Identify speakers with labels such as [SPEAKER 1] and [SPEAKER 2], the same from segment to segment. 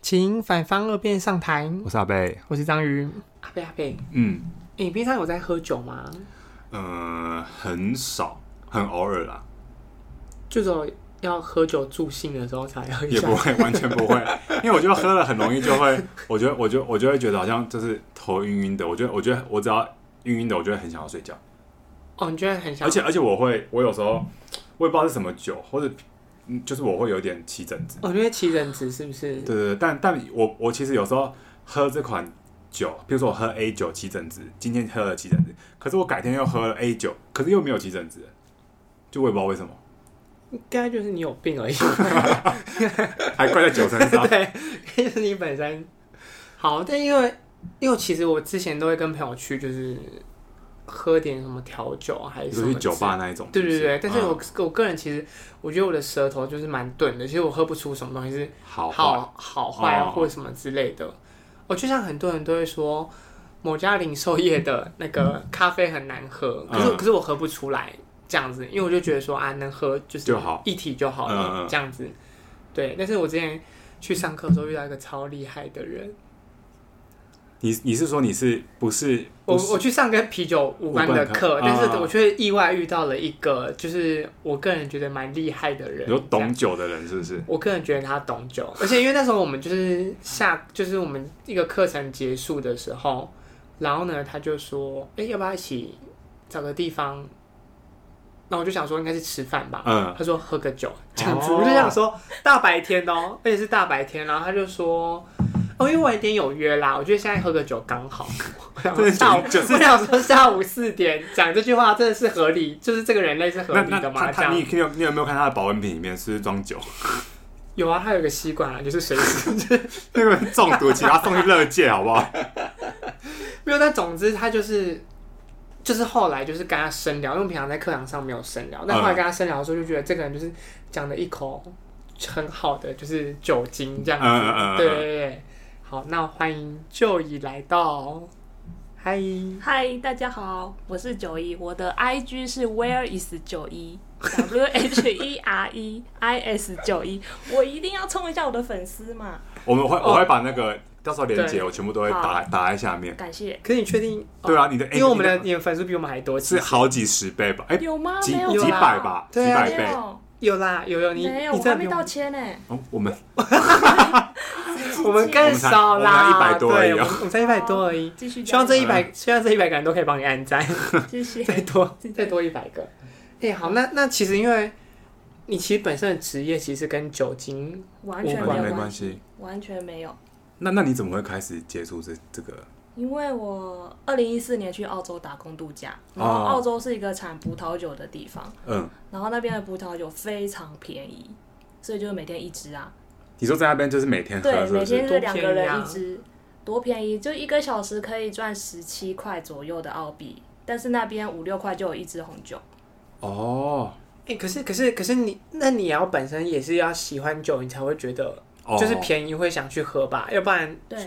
[SPEAKER 1] 请反方二辩上台。
[SPEAKER 2] 我是阿贝，
[SPEAKER 1] 我是章鱼。阿贝阿贝，
[SPEAKER 2] 嗯，
[SPEAKER 1] 诶你平常有在喝酒吗？
[SPEAKER 2] 呃，很少，很偶尔啦，
[SPEAKER 1] 就只有要喝酒助兴的时候才喝一
[SPEAKER 2] 也
[SPEAKER 1] 下
[SPEAKER 2] 不。会，完全不会，因为我觉得喝了很容易就会，我觉得，我就我就会觉得好像就是头晕晕的，我觉得，我觉得我只要晕晕的，我就会很想要睡觉，
[SPEAKER 1] 哦，你觉得很想？
[SPEAKER 2] 而且而且我会，我有时候我也不知道是什么酒，或者嗯就是我会有点起疹子，
[SPEAKER 1] 哦，因为起疹子是不是？
[SPEAKER 2] 对对对，但但我我其实有时候喝这款酒，比如说我喝 A 酒起疹子，今天喝了起疹子，可是我改天又喝了 A 酒，可是又没有起疹子了，就我也不知道为什么，
[SPEAKER 1] 应该就是你有病而已。
[SPEAKER 2] 还怪在酒身 上。
[SPEAKER 1] 对，就是你本身好，但因为因为其实我之前都会跟朋友去，就是喝点什么调酒啊还是
[SPEAKER 2] 你
[SPEAKER 1] 什
[SPEAKER 2] 说
[SPEAKER 1] 么
[SPEAKER 2] 去酒吧那一种，
[SPEAKER 1] 之类的。对对对，
[SPEAKER 2] 不
[SPEAKER 1] 但是
[SPEAKER 2] 嗯
[SPEAKER 1] 我、我个人其实我觉得我的舌头就是蛮钝的，其实我喝不出什么东西是
[SPEAKER 2] 好好，
[SPEAKER 1] 好好坏啊
[SPEAKER 2] 哦
[SPEAKER 1] 或者什么之类的。我就像很多人都会说某家零售业的那个咖啡很难喝，可是、
[SPEAKER 2] 嗯
[SPEAKER 1] 可是我喝不出来这样子，因为我就觉得说啊，能喝就是
[SPEAKER 2] 就好
[SPEAKER 1] 一体就好了
[SPEAKER 2] 嗯嗯
[SPEAKER 1] 这样子。对，但是我之前去上课的时候遇到一个超厉害的人，
[SPEAKER 2] 你你是说你是不是
[SPEAKER 1] 我
[SPEAKER 2] 不是
[SPEAKER 1] 我去上跟啤酒无关
[SPEAKER 2] 无
[SPEAKER 1] 的
[SPEAKER 2] 关的
[SPEAKER 1] 课
[SPEAKER 2] 课，
[SPEAKER 1] 但
[SPEAKER 2] 嗯
[SPEAKER 1] 是
[SPEAKER 2] 嗯
[SPEAKER 1] 我却意外遇到了一个就是我个人觉得蛮厉害的人，
[SPEAKER 2] 有
[SPEAKER 1] 这样
[SPEAKER 2] 懂酒的人是不是？
[SPEAKER 1] 我个人觉得他懂酒，而且因为那时候我们就是下，就是我们一个课程结束的时候，然后呢，他就说，哎、要不要一起找个地方？那我就想说，应该是吃饭吧。
[SPEAKER 2] 嗯，
[SPEAKER 1] 他说喝个酒这样子，
[SPEAKER 2] 哦
[SPEAKER 1] 我就想说大白天的哦，而且是大白天，然后他就说。哦，因为晚一点有约啦，我觉得现在喝个酒刚好。我想说
[SPEAKER 2] 真的
[SPEAKER 1] 下午，
[SPEAKER 2] 酒
[SPEAKER 1] 我想说下午四点讲这句话真的是合理，就是这个人类是合
[SPEAKER 2] 那
[SPEAKER 1] 理
[SPEAKER 2] 那
[SPEAKER 1] 的嘛？
[SPEAKER 2] 他
[SPEAKER 1] 这
[SPEAKER 2] 他
[SPEAKER 1] 样
[SPEAKER 2] 你你有你有没有看他的保温瓶里面是不是装酒？
[SPEAKER 1] 有啊，他有个吸管啊，就是随时
[SPEAKER 2] 那个中毒，请他送去乐界好不好？
[SPEAKER 1] 没有，但总之他就是，就是后来就是跟他深聊，因为平常在课堂上没有深聊，但后来跟他深聊的时候，就觉得这个人就是讲的一口很好的，就是酒精这样子。
[SPEAKER 2] 嗯嗯嗯嗯
[SPEAKER 1] 对对对对。好，那欢迎就已来到，嗨，
[SPEAKER 3] 嗨，大家好，我是九一，我的 IG 是 Where is 九一 W H E R E I S 九一，我一定要冲一下我的粉丝嘛，
[SPEAKER 2] 我们会
[SPEAKER 1] 哦
[SPEAKER 2] 我会把那个到时候链接
[SPEAKER 1] 对
[SPEAKER 2] 我全部都会打打在下面。
[SPEAKER 3] 感谢。
[SPEAKER 1] 可是你确定？
[SPEAKER 2] 对
[SPEAKER 1] 啊，
[SPEAKER 2] 啊，你的
[SPEAKER 1] 因为我们的
[SPEAKER 2] 你
[SPEAKER 1] 你的粉丝比我们还多，其
[SPEAKER 2] 是
[SPEAKER 1] 实
[SPEAKER 2] 好几十倍吧？哎，
[SPEAKER 3] 有吗？
[SPEAKER 2] 几
[SPEAKER 3] 没有
[SPEAKER 1] 有
[SPEAKER 2] 几
[SPEAKER 1] 啦
[SPEAKER 2] 百吧？几
[SPEAKER 1] 对啊
[SPEAKER 2] 百
[SPEAKER 3] 没
[SPEAKER 2] 倍？
[SPEAKER 3] 有，
[SPEAKER 1] 有啦，有有你，
[SPEAKER 3] 没有，
[SPEAKER 1] 你
[SPEAKER 3] 我
[SPEAKER 1] 真
[SPEAKER 3] 还
[SPEAKER 1] 的比
[SPEAKER 3] 没
[SPEAKER 1] 我们
[SPEAKER 3] 到千呢。
[SPEAKER 2] 哦，我们
[SPEAKER 1] 我们更少啦，
[SPEAKER 2] 我们才100多而已
[SPEAKER 1] 对，
[SPEAKER 2] 哦
[SPEAKER 1] 我们我们才一百多而已。
[SPEAKER 3] 哦继
[SPEAKER 1] 希
[SPEAKER 3] 续加
[SPEAKER 1] 望
[SPEAKER 3] 油，
[SPEAKER 1] 这一百，希望这一百个人都可以帮你按 赞。
[SPEAKER 3] 谢 谢。
[SPEAKER 1] 再多再多一百个。哎、好，那那其实因为你其实本身的职业其实跟酒精，
[SPEAKER 3] 完全
[SPEAKER 1] 我
[SPEAKER 3] 没
[SPEAKER 1] 们
[SPEAKER 3] 有
[SPEAKER 2] 没关
[SPEAKER 3] 关系，
[SPEAKER 2] 系。
[SPEAKER 3] 完全没有，
[SPEAKER 2] 那那你怎么会开始接触这这个？
[SPEAKER 3] 因为我二零一四年去澳洲打工度假，然
[SPEAKER 2] 哦
[SPEAKER 3] 后澳洲是一个产葡萄酒的地方，
[SPEAKER 2] 嗯，
[SPEAKER 3] 然后那边的葡萄酒非常便宜，所以就是每天一支啊。
[SPEAKER 2] 你说在那边就是每天喝，
[SPEAKER 3] 对，
[SPEAKER 2] 是不
[SPEAKER 3] 每
[SPEAKER 2] 是？
[SPEAKER 3] 天
[SPEAKER 1] 多
[SPEAKER 3] 是两
[SPEAKER 1] 便
[SPEAKER 3] 个
[SPEAKER 1] 宜
[SPEAKER 3] 人
[SPEAKER 1] 啊
[SPEAKER 3] 一支，多便宜，就一个小时可以赚十七块左右的澳币，但是那边五六块就有一支红酒。
[SPEAKER 2] 哦，
[SPEAKER 1] 哎、可是可是可是你，那你要本身也是要喜欢酒，你才会觉得
[SPEAKER 2] 哦
[SPEAKER 1] 就是便宜会想去喝吧，要不然
[SPEAKER 3] 对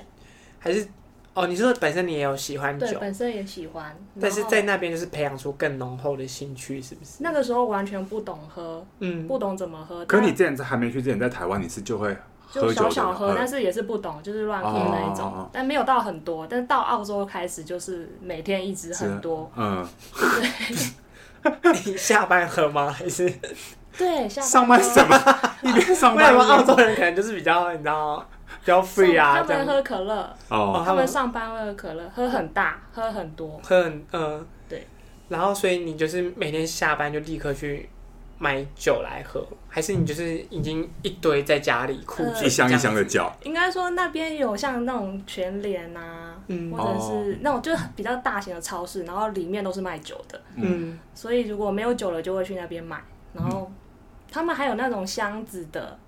[SPEAKER 1] 还是哦，你说本身你也有喜欢
[SPEAKER 3] 对，
[SPEAKER 1] 酒，
[SPEAKER 3] 本身也喜欢，
[SPEAKER 1] 但
[SPEAKER 3] 然
[SPEAKER 1] 是
[SPEAKER 3] 后
[SPEAKER 1] 在那边就是培养出更浓厚的兴趣，是不 是？
[SPEAKER 3] 那个时候完全不懂喝，
[SPEAKER 1] 嗯，
[SPEAKER 3] 不懂怎么喝。
[SPEAKER 2] 可
[SPEAKER 3] 但
[SPEAKER 2] 你之前在还没去之前，在台湾你是就会
[SPEAKER 3] 哦就
[SPEAKER 2] 喝酒
[SPEAKER 3] 小
[SPEAKER 2] 的
[SPEAKER 3] 小喝，但
[SPEAKER 2] 嗯
[SPEAKER 3] 是也是不懂，就是乱喝那一种，
[SPEAKER 2] 哦哦哦
[SPEAKER 3] 但没有到很多。但是到澳洲开始就是每天一直很多，
[SPEAKER 2] 嗯，
[SPEAKER 1] 你下班喝吗？还是
[SPEAKER 3] 对，下
[SPEAKER 2] 上班
[SPEAKER 3] 喝
[SPEAKER 2] 什么 一边上
[SPEAKER 1] 为什
[SPEAKER 2] 班
[SPEAKER 1] 么澳洲人可能就是比较你知道比较 free 啊
[SPEAKER 3] 他
[SPEAKER 1] 这样
[SPEAKER 3] 们喝可乐，
[SPEAKER 1] 哦
[SPEAKER 2] 哦，
[SPEAKER 3] 他们上班喝可乐，喝很大，喝很多。
[SPEAKER 1] 很嗯，
[SPEAKER 3] 对。
[SPEAKER 1] 然后，所以你就是每天下班就立刻去买酒来喝，还是你就是已经一堆在家里库存、
[SPEAKER 3] 呃
[SPEAKER 2] 一箱一箱的
[SPEAKER 1] 这样子？
[SPEAKER 2] 叫，
[SPEAKER 3] 应该说那边有像那种全联啊，
[SPEAKER 1] 嗯
[SPEAKER 3] 或者
[SPEAKER 2] 哦
[SPEAKER 3] 是那种就是比较大型的超市，然后里面都是卖酒的，
[SPEAKER 1] 嗯，
[SPEAKER 3] 所以如果没有酒了就会去那边买。然后他们还有那种箱子的，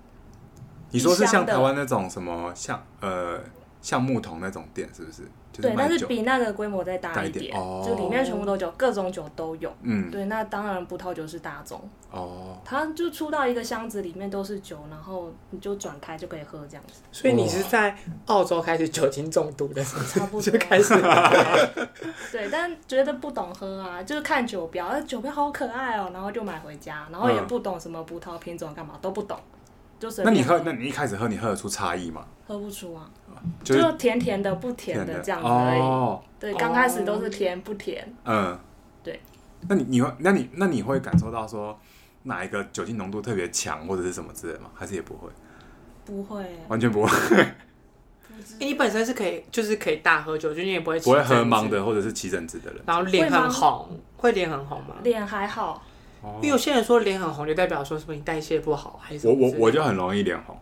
[SPEAKER 2] 你说是
[SPEAKER 3] 一箱
[SPEAKER 2] 像
[SPEAKER 3] 的
[SPEAKER 2] 台湾那种什么像呃橡木桶那种店是不是？就
[SPEAKER 3] 对，
[SPEAKER 2] 卖
[SPEAKER 3] 但是
[SPEAKER 2] 酒，
[SPEAKER 3] 比那个规模再大
[SPEAKER 2] 大一
[SPEAKER 3] 一
[SPEAKER 2] 点
[SPEAKER 3] 点，
[SPEAKER 2] 哦
[SPEAKER 3] 就里面全部都有酒，各种酒都有。
[SPEAKER 2] 嗯，
[SPEAKER 3] 对，那当然葡萄酒是大宗，
[SPEAKER 2] 哦，
[SPEAKER 3] 它就出到一个箱子，里面都是酒，然后你就转开就可以喝这样子，
[SPEAKER 1] 所以你是在澳洲开始酒精中毒的时候
[SPEAKER 3] 差不多
[SPEAKER 1] 就开始，
[SPEAKER 3] 对，但觉得不懂喝啊，就是看酒标，啊酒标好可爱哦、然后就买回家，然后也
[SPEAKER 2] 嗯
[SPEAKER 3] 不懂什么葡萄品种干嘛都不懂，就随
[SPEAKER 2] 那
[SPEAKER 3] 便。
[SPEAKER 2] 你喝，那你一开始喝，你喝得出差异吗？
[SPEAKER 3] 喝不出啊，
[SPEAKER 2] 就
[SPEAKER 3] 就是甜甜的不甜的
[SPEAKER 2] 的
[SPEAKER 3] 这样子而已。
[SPEAKER 2] 哦，
[SPEAKER 3] 对，
[SPEAKER 1] 哦
[SPEAKER 3] 刚开始都是甜不甜，
[SPEAKER 2] 嗯，
[SPEAKER 3] 对。
[SPEAKER 2] 那你你会，那你那你会感受到说哪一个酒精浓度特别强，或者是什么之类的吗？还是也不会，
[SPEAKER 3] 不会欸，
[SPEAKER 2] 完全不会，
[SPEAKER 3] 不知
[SPEAKER 1] 欸你本身是可以，就是可以大喝酒，就你也不会
[SPEAKER 2] 不会喝
[SPEAKER 1] 盲
[SPEAKER 2] 盲的，或者是起疹子的人。
[SPEAKER 1] 然后脸很红，会脸很红吗？
[SPEAKER 3] 脸还好，
[SPEAKER 2] 哦
[SPEAKER 1] 因为有些人说脸很红，就代表说什么你代谢不好还是什
[SPEAKER 2] 我
[SPEAKER 1] 么
[SPEAKER 2] 我
[SPEAKER 1] 之类的
[SPEAKER 2] 我就很容易脸红，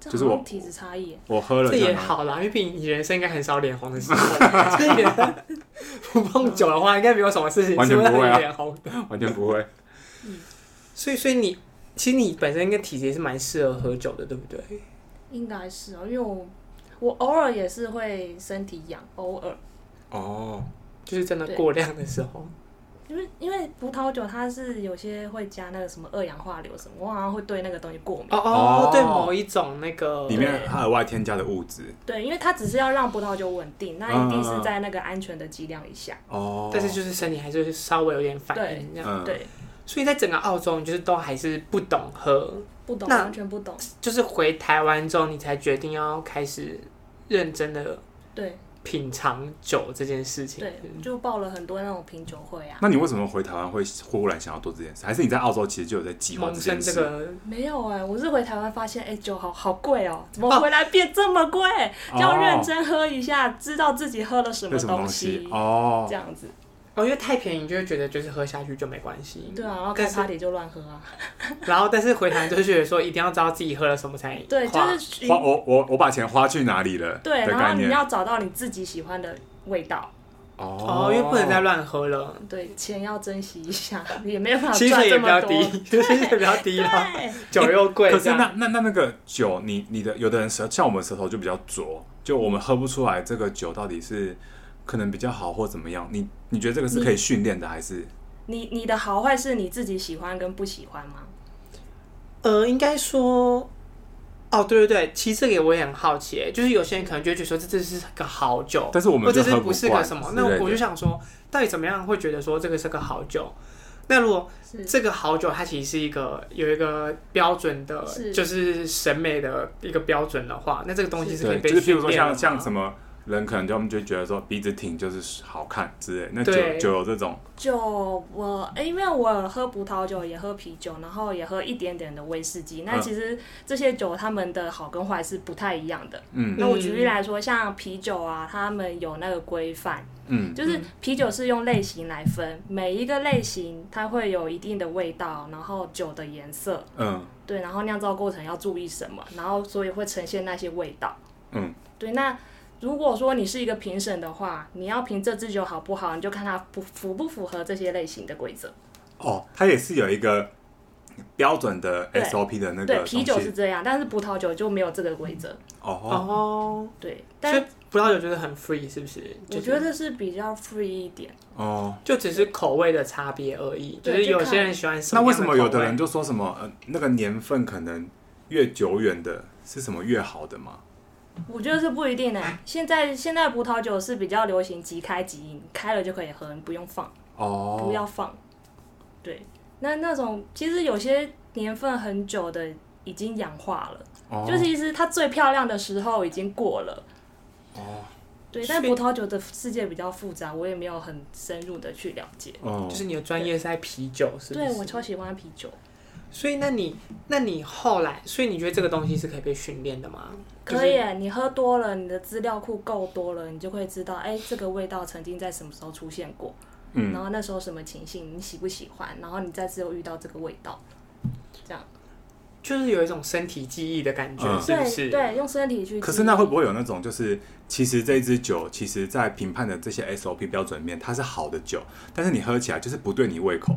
[SPEAKER 3] 这
[SPEAKER 2] 就是
[SPEAKER 3] 好像
[SPEAKER 2] 我
[SPEAKER 3] 体质差异欸。
[SPEAKER 2] 我喝了
[SPEAKER 1] 这
[SPEAKER 2] 就
[SPEAKER 1] 也
[SPEAKER 2] 很容易
[SPEAKER 1] 好啦，因为毕竟你人生应该很少脸红的时 候，所以人生不碰酒的话，应该没有什么事情
[SPEAKER 2] 完
[SPEAKER 1] 是
[SPEAKER 2] 全
[SPEAKER 1] 会
[SPEAKER 2] 不会啊
[SPEAKER 1] 让你脸红的。
[SPEAKER 2] 完全不会。
[SPEAKER 1] 所以，所以你其实你本身应该体质也是蛮适合喝酒的，对不对？
[SPEAKER 3] 应该是哦，因为我我偶尔也是会身体痒，偶尔，
[SPEAKER 2] 哦，
[SPEAKER 1] 就是真的
[SPEAKER 3] 对
[SPEAKER 1] 过量的时候，
[SPEAKER 3] 因为因为葡萄酒它是有些会加那个什么二氧化硫什么，我好像会对那个东西过敏。
[SPEAKER 1] 哦哦
[SPEAKER 2] 哦，
[SPEAKER 1] 对某一种那个
[SPEAKER 2] 里面它额外添加的物质
[SPEAKER 3] 对，因为它只是要让葡萄酒稳定，那一定
[SPEAKER 2] 嗯
[SPEAKER 3] 是在那个安全的剂量以下。
[SPEAKER 2] 哦，
[SPEAKER 1] 但是就是身体还是稍微有点反应这样。
[SPEAKER 2] 嗯，
[SPEAKER 3] 对，
[SPEAKER 1] 所以在整个澳洲，你就是都还是不懂喝，
[SPEAKER 3] 不懂，
[SPEAKER 1] 那
[SPEAKER 3] 完全不懂。
[SPEAKER 1] 就是回台湾之后，你才决定要开始认真的
[SPEAKER 3] 对
[SPEAKER 1] 品尝酒这件事情。
[SPEAKER 3] 对，就报了很多那种品酒会啊。
[SPEAKER 2] 那你为什么回台湾会忽然想要做这件事？还是你在澳洲其实就有在计划
[SPEAKER 1] 萌
[SPEAKER 2] 这
[SPEAKER 1] 生
[SPEAKER 2] 件
[SPEAKER 1] 这
[SPEAKER 2] 事？
[SPEAKER 1] 个
[SPEAKER 3] 没有哎、我是回台湾发现，哎、酒好好贵哦、怎么回来变这么贵？要认真喝一下，知道自己喝了什
[SPEAKER 2] 这
[SPEAKER 3] 么
[SPEAKER 2] 哦什么东
[SPEAKER 3] 西
[SPEAKER 2] 西，哦
[SPEAKER 3] 这，样子。
[SPEAKER 1] 哦，因为太便宜，你就会觉得就是喝下去就没关系。
[SPEAKER 3] 对啊，然后
[SPEAKER 1] 嗯但
[SPEAKER 3] 开
[SPEAKER 1] 是
[SPEAKER 3] party 就乱喝啊。
[SPEAKER 1] 然后但是回台湾就觉得说一定要知道自己喝了什么才
[SPEAKER 3] 对，
[SPEAKER 1] 花
[SPEAKER 3] 就是寻
[SPEAKER 2] 花我我我把钱花去哪里了？
[SPEAKER 3] 对，
[SPEAKER 2] 的
[SPEAKER 3] 然
[SPEAKER 2] 概
[SPEAKER 3] 后你
[SPEAKER 2] 念
[SPEAKER 3] 要找到你自己喜欢的味道。
[SPEAKER 1] 哦，因为不能再乱喝了，
[SPEAKER 3] 对，钱要珍惜一下，也没有办法
[SPEAKER 1] 薪
[SPEAKER 3] 哦赚
[SPEAKER 1] 水也
[SPEAKER 3] 这
[SPEAKER 1] 比
[SPEAKER 3] 么
[SPEAKER 1] 较
[SPEAKER 3] 多。
[SPEAKER 1] 低，就是也比较低啦，
[SPEAKER 3] 对，
[SPEAKER 1] 酒又贵，
[SPEAKER 2] 可是
[SPEAKER 1] 这样
[SPEAKER 2] 那那那那个酒，你你的有的人舌像我们舌头就比较浊，就我们喝不出来这个酒到底是可能比较好或怎么样。你你觉得这个是可以训练的，还是
[SPEAKER 3] 你你的好坏是你自己喜欢跟不喜欢吗？
[SPEAKER 1] 呃，应该说，哦，对对对，其实这个也我也很好奇耶，就是有些人可能就会觉得说这这是个好酒，
[SPEAKER 2] 但是我们
[SPEAKER 1] 或者
[SPEAKER 2] 就是喝不
[SPEAKER 1] 不哦是个
[SPEAKER 2] 惯
[SPEAKER 1] 什么，
[SPEAKER 2] 之
[SPEAKER 1] 那
[SPEAKER 2] 类
[SPEAKER 1] 我就
[SPEAKER 2] 的
[SPEAKER 1] 想说，到底怎么样会觉得说这个是个好酒？那如果
[SPEAKER 3] 是
[SPEAKER 1] 这个好酒它其实是一个有一个标准的，
[SPEAKER 3] 是
[SPEAKER 1] 就是审美的一个标准的话，那这个东西
[SPEAKER 3] 是
[SPEAKER 1] 可以
[SPEAKER 2] 对，
[SPEAKER 1] 被
[SPEAKER 2] 就是譬
[SPEAKER 1] 训
[SPEAKER 2] 如说
[SPEAKER 1] 练的吗。
[SPEAKER 2] 像像什么人可能他们就觉得说鼻子挺就是好看之类，那酒
[SPEAKER 1] 对
[SPEAKER 2] 酒有这种
[SPEAKER 3] 就我、诶因为我喝葡萄酒，也喝啤酒，然后也喝一点点的威士忌。那
[SPEAKER 2] 嗯
[SPEAKER 3] 其实这些酒它们的好跟坏是不太一样的。
[SPEAKER 2] 嗯
[SPEAKER 3] 那我举例来说，像啤酒啊，他们有那个规范，
[SPEAKER 2] 嗯
[SPEAKER 3] 就是啤酒是用类型来分，每一个类型它会有一定的味道，然后酒的颜色，
[SPEAKER 2] 嗯
[SPEAKER 3] 对，然后酿造过程要注意什么，然后所以会呈现那些味道。
[SPEAKER 2] 嗯，
[SPEAKER 3] 对，那如果说你是一个评审的话，你要评这支酒好不好，你就看它符符不符合这些类型的规则。
[SPEAKER 2] 哦，它也是有一个标准的
[SPEAKER 3] 对
[SPEAKER 2] SOP 的那个
[SPEAKER 3] 对，
[SPEAKER 2] 东西
[SPEAKER 3] 啤酒是这样，但是葡萄酒就没有这个规则。
[SPEAKER 2] 哦
[SPEAKER 1] 哦，
[SPEAKER 3] 对，
[SPEAKER 1] 所以
[SPEAKER 3] 但
[SPEAKER 1] 葡萄酒就是很 free，是不是？
[SPEAKER 3] 我
[SPEAKER 1] 就是
[SPEAKER 3] 觉得是比较 free 一点。
[SPEAKER 2] 哦，
[SPEAKER 1] 就只是口味的差别而已，就
[SPEAKER 3] 对
[SPEAKER 1] 是
[SPEAKER 3] 就
[SPEAKER 1] 有
[SPEAKER 3] 看
[SPEAKER 1] 些人喜欢什
[SPEAKER 2] 那
[SPEAKER 1] 么
[SPEAKER 2] 为
[SPEAKER 1] 样
[SPEAKER 2] 什
[SPEAKER 1] 口
[SPEAKER 2] 么
[SPEAKER 1] 味。
[SPEAKER 2] 有的人就说什么呃那个年份可能越久远的是什么越好的吗？
[SPEAKER 3] 我觉得是不一定的、现在现在葡萄酒是比较流行即开即饮，开了就可以喝，你不用放，
[SPEAKER 2] 哦，
[SPEAKER 3] 不要放。对，那那种其实有些年份很久的已经氧化了，
[SPEAKER 2] 哦
[SPEAKER 3] 就其实它最漂亮的时候已经过了。
[SPEAKER 2] 哦
[SPEAKER 3] 对，
[SPEAKER 1] 所
[SPEAKER 3] 但
[SPEAKER 1] 以
[SPEAKER 3] 葡萄酒的世界比较复杂，我也没有很深入的去了解。
[SPEAKER 2] 哦，
[SPEAKER 1] 就是你的专业是在啤酒，是不是？
[SPEAKER 3] 对我超喜欢啤酒，
[SPEAKER 1] 所以，那你，那你后来，所以你觉得这个东西是可以被训练的吗？就是
[SPEAKER 3] 可以耶，你喝多了，你的资料库够多了，你就会知道，哎，这个味道曾经在什么时候出现过，然
[SPEAKER 2] 嗯，
[SPEAKER 3] 后那时候什么情形，你喜不喜欢，然后你再次又遇到这个味道，这样，
[SPEAKER 1] 就是有一种身体记忆的感觉，
[SPEAKER 2] 嗯
[SPEAKER 1] 是不是？
[SPEAKER 3] 对对，用身体去记忆。
[SPEAKER 2] 可是那会不会有那种就是其实这支酒其实在评判的这些 SOP 标准里面它是好的酒，但是你喝起来就是不对你胃口，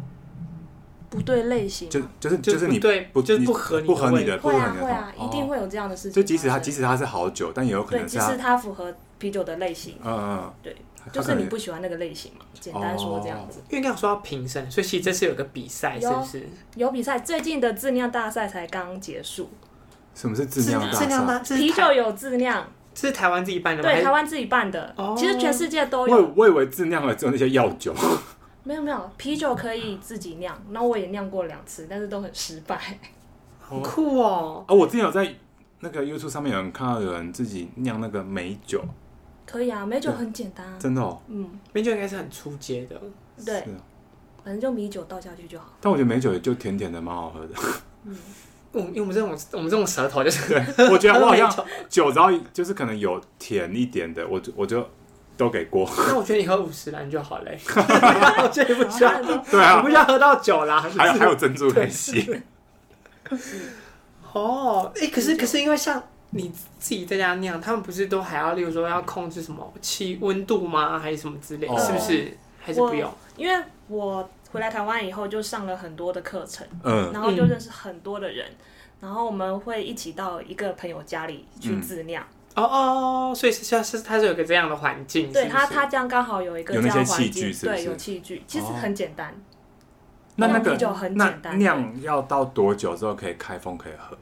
[SPEAKER 3] 不对类型？啊
[SPEAKER 2] 就就是
[SPEAKER 1] 就是不
[SPEAKER 2] 你
[SPEAKER 1] 对
[SPEAKER 2] 不
[SPEAKER 1] 就是
[SPEAKER 2] 你
[SPEAKER 1] 不合你
[SPEAKER 2] 不合
[SPEAKER 1] 的
[SPEAKER 2] 你的不
[SPEAKER 3] 会
[SPEAKER 2] 合
[SPEAKER 3] 啊
[SPEAKER 2] 你的
[SPEAKER 3] 会啊，
[SPEAKER 2] 口
[SPEAKER 3] 一定。
[SPEAKER 2] 哦
[SPEAKER 3] 会有这样的事情发生。
[SPEAKER 2] 就即使它即使它是好酒，但也有可
[SPEAKER 3] 对，
[SPEAKER 2] 能是
[SPEAKER 3] 即
[SPEAKER 2] 它
[SPEAKER 3] 使它符合啤酒的类型，
[SPEAKER 2] 嗯嗯，
[SPEAKER 3] 对，
[SPEAKER 2] 它
[SPEAKER 3] 就
[SPEAKER 2] 可
[SPEAKER 3] 是
[SPEAKER 2] 能
[SPEAKER 3] 你不喜欢那个类型嘛，简单说这样子。
[SPEAKER 1] 因为刚刚说到评审，所以其实这是有个比赛，是
[SPEAKER 3] 有
[SPEAKER 1] 不是？
[SPEAKER 3] 有比赛，最近的自酿大赛才刚结束，
[SPEAKER 2] 什么是质量大
[SPEAKER 1] 质量
[SPEAKER 2] 赛？
[SPEAKER 1] 吗？这是
[SPEAKER 3] 啤
[SPEAKER 1] 台
[SPEAKER 3] 酒有自酿，
[SPEAKER 1] 这是台湾自己办的吗？
[SPEAKER 3] 对，台
[SPEAKER 1] 湾
[SPEAKER 3] 湾自己办的
[SPEAKER 1] 哦，
[SPEAKER 3] 其实全世界都
[SPEAKER 2] 我以
[SPEAKER 3] 有。
[SPEAKER 2] 我以为质量的只有那些药酒，
[SPEAKER 3] 没有没有，啤酒可以自己酿，那我也酿过两次，但是都很失败。
[SPEAKER 1] 好酷哦！
[SPEAKER 2] 啊，我之前有在那个 YouTube 上面有人看到有人自己酿那个美酒，
[SPEAKER 3] 可以啊，美酒很简单啊。
[SPEAKER 2] 真的哦，
[SPEAKER 3] 嗯，
[SPEAKER 1] 美酒应该是很出街的，
[SPEAKER 3] 对
[SPEAKER 2] 是，哦
[SPEAKER 3] 反正就米酒倒下去就好。
[SPEAKER 2] 但我觉得美酒也就甜甜的，蛮好喝的。
[SPEAKER 1] 我因为我们这种我们这种舌头 就是
[SPEAKER 2] 对，我觉得我好像
[SPEAKER 1] 美酒
[SPEAKER 2] 酒只要就是可能有甜一点的，我就我就都给过。
[SPEAKER 1] 那我觉得你喝五十兰就好嘞， 我觉得不需要， 我
[SPEAKER 2] 对啊
[SPEAKER 1] 不，需要喝到酒啦。
[SPEAKER 2] 还有
[SPEAKER 1] 就是
[SPEAKER 2] 还有珍珠可以吸。
[SPEAKER 1] 哦，哎、可是可是因为像你自己在家酿，他们不是都还要，例如说要控制什么气温度吗？还是什么之类，
[SPEAKER 2] 哦
[SPEAKER 1] 是不是？还是不用？
[SPEAKER 3] 因为我回来台湾以后就上了很多的课程，
[SPEAKER 2] 嗯，
[SPEAKER 3] 然后就认识很多的人，然后我们会一起到一个朋友家里去自酿。
[SPEAKER 1] 哦哦，哦所以是像是它是有个这样的环境，是
[SPEAKER 3] 对
[SPEAKER 1] 不
[SPEAKER 3] 他，
[SPEAKER 1] 是
[SPEAKER 3] 他这样刚好有一个
[SPEAKER 2] 有
[SPEAKER 3] 这
[SPEAKER 2] 那
[SPEAKER 3] 样
[SPEAKER 2] 些器
[SPEAKER 3] 的环
[SPEAKER 2] 具
[SPEAKER 3] 境，
[SPEAKER 2] 是不
[SPEAKER 3] 对，
[SPEAKER 2] 是
[SPEAKER 3] 有器具，其实
[SPEAKER 2] 哦
[SPEAKER 3] 很简单。
[SPEAKER 2] 那那
[SPEAKER 3] 酿啤酒
[SPEAKER 2] 个
[SPEAKER 3] 很
[SPEAKER 2] 那
[SPEAKER 3] 简单
[SPEAKER 2] 酿要到多久之后可以开封可以喝？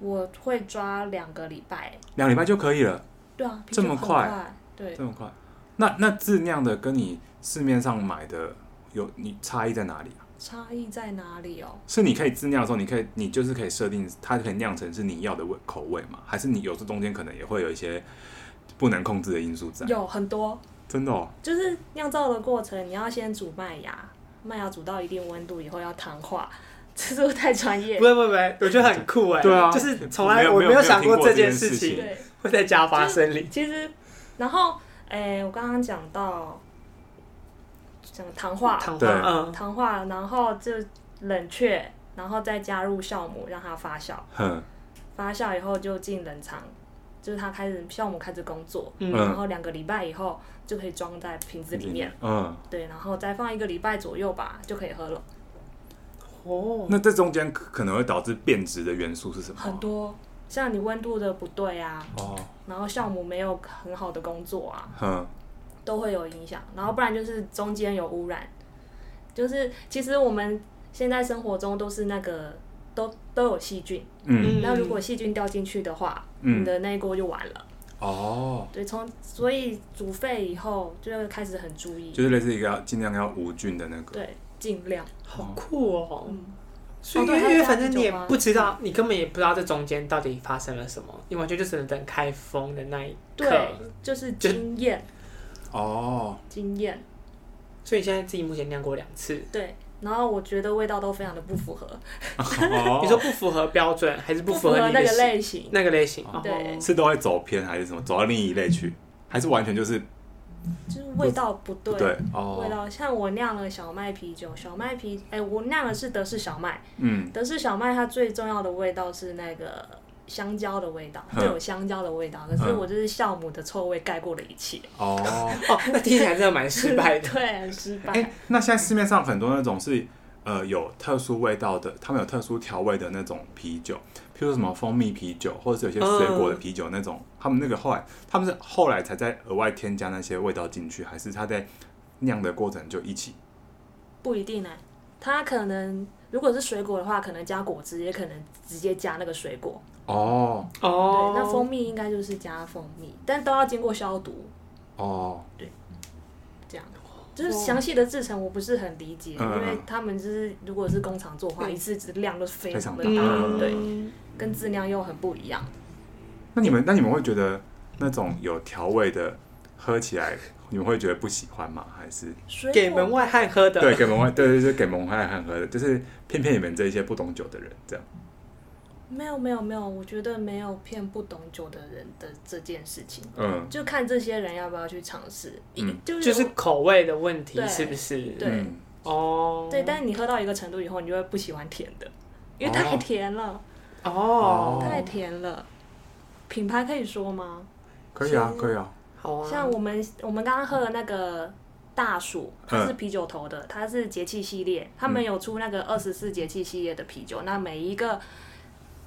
[SPEAKER 3] 我会抓两个礼拜，
[SPEAKER 2] 两礼拜就可以了，
[SPEAKER 3] 对啊，
[SPEAKER 2] 这么
[SPEAKER 3] 啤酒很
[SPEAKER 2] 快
[SPEAKER 3] 快，对，
[SPEAKER 2] 这么快？那那自酿的跟你市面上买的有你差异在哪里啊？
[SPEAKER 3] 差异在哪里哦？
[SPEAKER 2] 是你可以自酿的时候，你可以你就是可以设定它可以酿成是你要的味口味嘛？还是你有时中间可能也会有一些不能控制的因素在？
[SPEAKER 3] 有很多，
[SPEAKER 2] 真的哦，
[SPEAKER 3] 就是酿造的过程，你要先煮麦芽，麦芽煮到一定温度以后要糖化，这是不是太专业
[SPEAKER 1] 不？会不会不会，我觉得很酷哎，
[SPEAKER 2] 对啊
[SPEAKER 1] 就是从来
[SPEAKER 2] 没有
[SPEAKER 1] 我
[SPEAKER 2] 没有
[SPEAKER 1] 有想
[SPEAKER 2] 没有听过
[SPEAKER 1] 这
[SPEAKER 2] 这件
[SPEAKER 1] 事
[SPEAKER 2] 事情
[SPEAKER 1] 情
[SPEAKER 3] 对，
[SPEAKER 1] 会在家发生里。
[SPEAKER 3] 其实，然后，诶，我刚刚讲到讲糖化，
[SPEAKER 1] 糖
[SPEAKER 2] 对
[SPEAKER 1] 化，嗯，
[SPEAKER 3] 糖化，然后就冷却，然后再加入酵母让它发酵，
[SPEAKER 2] 哼，
[SPEAKER 3] 发酵以后就进冷藏，就是它开始酵母开始工作，
[SPEAKER 1] 嗯
[SPEAKER 3] 然后两个礼拜以后就可以装在瓶子里面，，
[SPEAKER 2] 嗯，
[SPEAKER 3] 对，然后再放一个礼拜左右吧，就可以喝了。
[SPEAKER 1] 哦，
[SPEAKER 2] 那这中间可可能会导致变质的元素是什么？
[SPEAKER 3] 很多像你温度的不对啊，
[SPEAKER 2] 哦，
[SPEAKER 3] 然后酵母没有很好的工作啊，
[SPEAKER 2] 哼，
[SPEAKER 3] 都会有影响。然后不然就是中间有污染，就是其实我们现在生活中都是那个都都有细菌，
[SPEAKER 2] 嗯，
[SPEAKER 1] 嗯
[SPEAKER 3] 那如果细菌掉进去的话，
[SPEAKER 2] 嗯
[SPEAKER 3] 你的那一锅就完了。
[SPEAKER 2] 哦，
[SPEAKER 3] 对，从所以煮沸以后就要开始很注意，
[SPEAKER 2] 就是类似一个要尽量要无菌的那个，
[SPEAKER 3] 对，尽量。
[SPEAKER 1] 好酷哦。
[SPEAKER 3] 嗯
[SPEAKER 1] 所以因
[SPEAKER 3] 哦对
[SPEAKER 1] 为、
[SPEAKER 3] 还有
[SPEAKER 1] 因为
[SPEAKER 3] 加
[SPEAKER 1] 反正
[SPEAKER 3] 啤
[SPEAKER 1] 你也
[SPEAKER 3] 酒吗
[SPEAKER 1] 不知道，你根本也不知道这中间到底发生了什么，你完全就只能等开封的那一
[SPEAKER 3] 对
[SPEAKER 1] 刻。，
[SPEAKER 3] 就是经验，
[SPEAKER 2] 哦，
[SPEAKER 3] 经验。
[SPEAKER 1] 所以现在自己目前酿过两次，
[SPEAKER 3] 对，然后我觉得味道都非常的不符合，
[SPEAKER 2] 哦
[SPEAKER 1] 你说不符合标准还是
[SPEAKER 3] 符
[SPEAKER 1] 符合
[SPEAKER 3] 合
[SPEAKER 1] 你
[SPEAKER 3] 那
[SPEAKER 1] 的
[SPEAKER 3] 个
[SPEAKER 1] 喜
[SPEAKER 3] 类型。
[SPEAKER 1] 那个类型？哦
[SPEAKER 3] 对
[SPEAKER 2] 是都会走偏还是什么？走到另一类去，还是完全就是
[SPEAKER 3] 就是味道不对，
[SPEAKER 2] 不对？
[SPEAKER 3] 味
[SPEAKER 2] 哦，
[SPEAKER 3] 道像我酿了小麦啤酒，小麦啤，哎、我酿的是德式小麦，
[SPEAKER 2] 嗯，
[SPEAKER 3] 德式小麦它最重要的味道是那个香蕉的味道，
[SPEAKER 2] 嗯
[SPEAKER 3] 它有香蕉的味道，可是
[SPEAKER 2] 嗯
[SPEAKER 3] 我就是酵母的臭味盖过了一切，
[SPEAKER 2] 哦，
[SPEAKER 1] 哦，那听起来真的蛮失败的。
[SPEAKER 3] 对，很失败。
[SPEAKER 2] 哎、那现在市面上很多那种是呃有特殊味道的，他们有特殊调味的那种啤酒，譬如什么蜂蜜啤酒，或者是有些水果的啤酒那种，他们那个后来他们是后来才在额外添加那些味道进去，还是他在酿的过程就一起？
[SPEAKER 3] 不一定呢、欸它可能如果是水果的话，可能加果汁，也可能直接加那个水果。
[SPEAKER 2] 哦
[SPEAKER 1] 哦，
[SPEAKER 3] 对，那蜂蜜应该就是加蜂蜜，但都要经过消毒，
[SPEAKER 2] 哦，
[SPEAKER 3] 这样。
[SPEAKER 1] 哦
[SPEAKER 3] 就是详细的制成我不是很理解，
[SPEAKER 2] 嗯
[SPEAKER 3] 因为他们就是如果是工厂做的话，
[SPEAKER 1] 嗯
[SPEAKER 3] 一次量都非常的
[SPEAKER 2] 非
[SPEAKER 3] 大，
[SPEAKER 2] 常
[SPEAKER 1] 哦
[SPEAKER 2] 大
[SPEAKER 3] 对，跟质量又很不一样。
[SPEAKER 2] 那你们那你们会觉得那种有调味的喝起来，你们会觉得不喜欢吗？还是
[SPEAKER 3] 水
[SPEAKER 1] 给
[SPEAKER 3] 果
[SPEAKER 1] 门外汉喝的。
[SPEAKER 2] 对给蒙外对对对给蒙外汉喝的，就是骗骗你们这些不懂酒的人这样？
[SPEAKER 3] 没有没有没有，我觉得没有骗不懂酒的人的这件事情，
[SPEAKER 2] 嗯
[SPEAKER 3] 就看这些人要不要去尝试。
[SPEAKER 2] 嗯
[SPEAKER 3] 就是
[SPEAKER 1] 就是口味的问题，
[SPEAKER 3] 对
[SPEAKER 1] 是不是？
[SPEAKER 3] 对
[SPEAKER 2] 嗯
[SPEAKER 1] 哦，
[SPEAKER 3] 对，但是你喝到一个程度以后，你就会不喜欢甜的，因为
[SPEAKER 2] 哦
[SPEAKER 3] 太甜了，
[SPEAKER 1] 哦，
[SPEAKER 3] 太甜了。品牌可以说吗？
[SPEAKER 2] 可以啊
[SPEAKER 1] 是
[SPEAKER 2] 可以啊。
[SPEAKER 1] 好啊，
[SPEAKER 3] 像我们我们刚刚喝的那个大暑，它是
[SPEAKER 2] 嗯
[SPEAKER 3] 啤酒头的，它是节气系列，他们有出那个二十四节气系列的啤酒，那每一个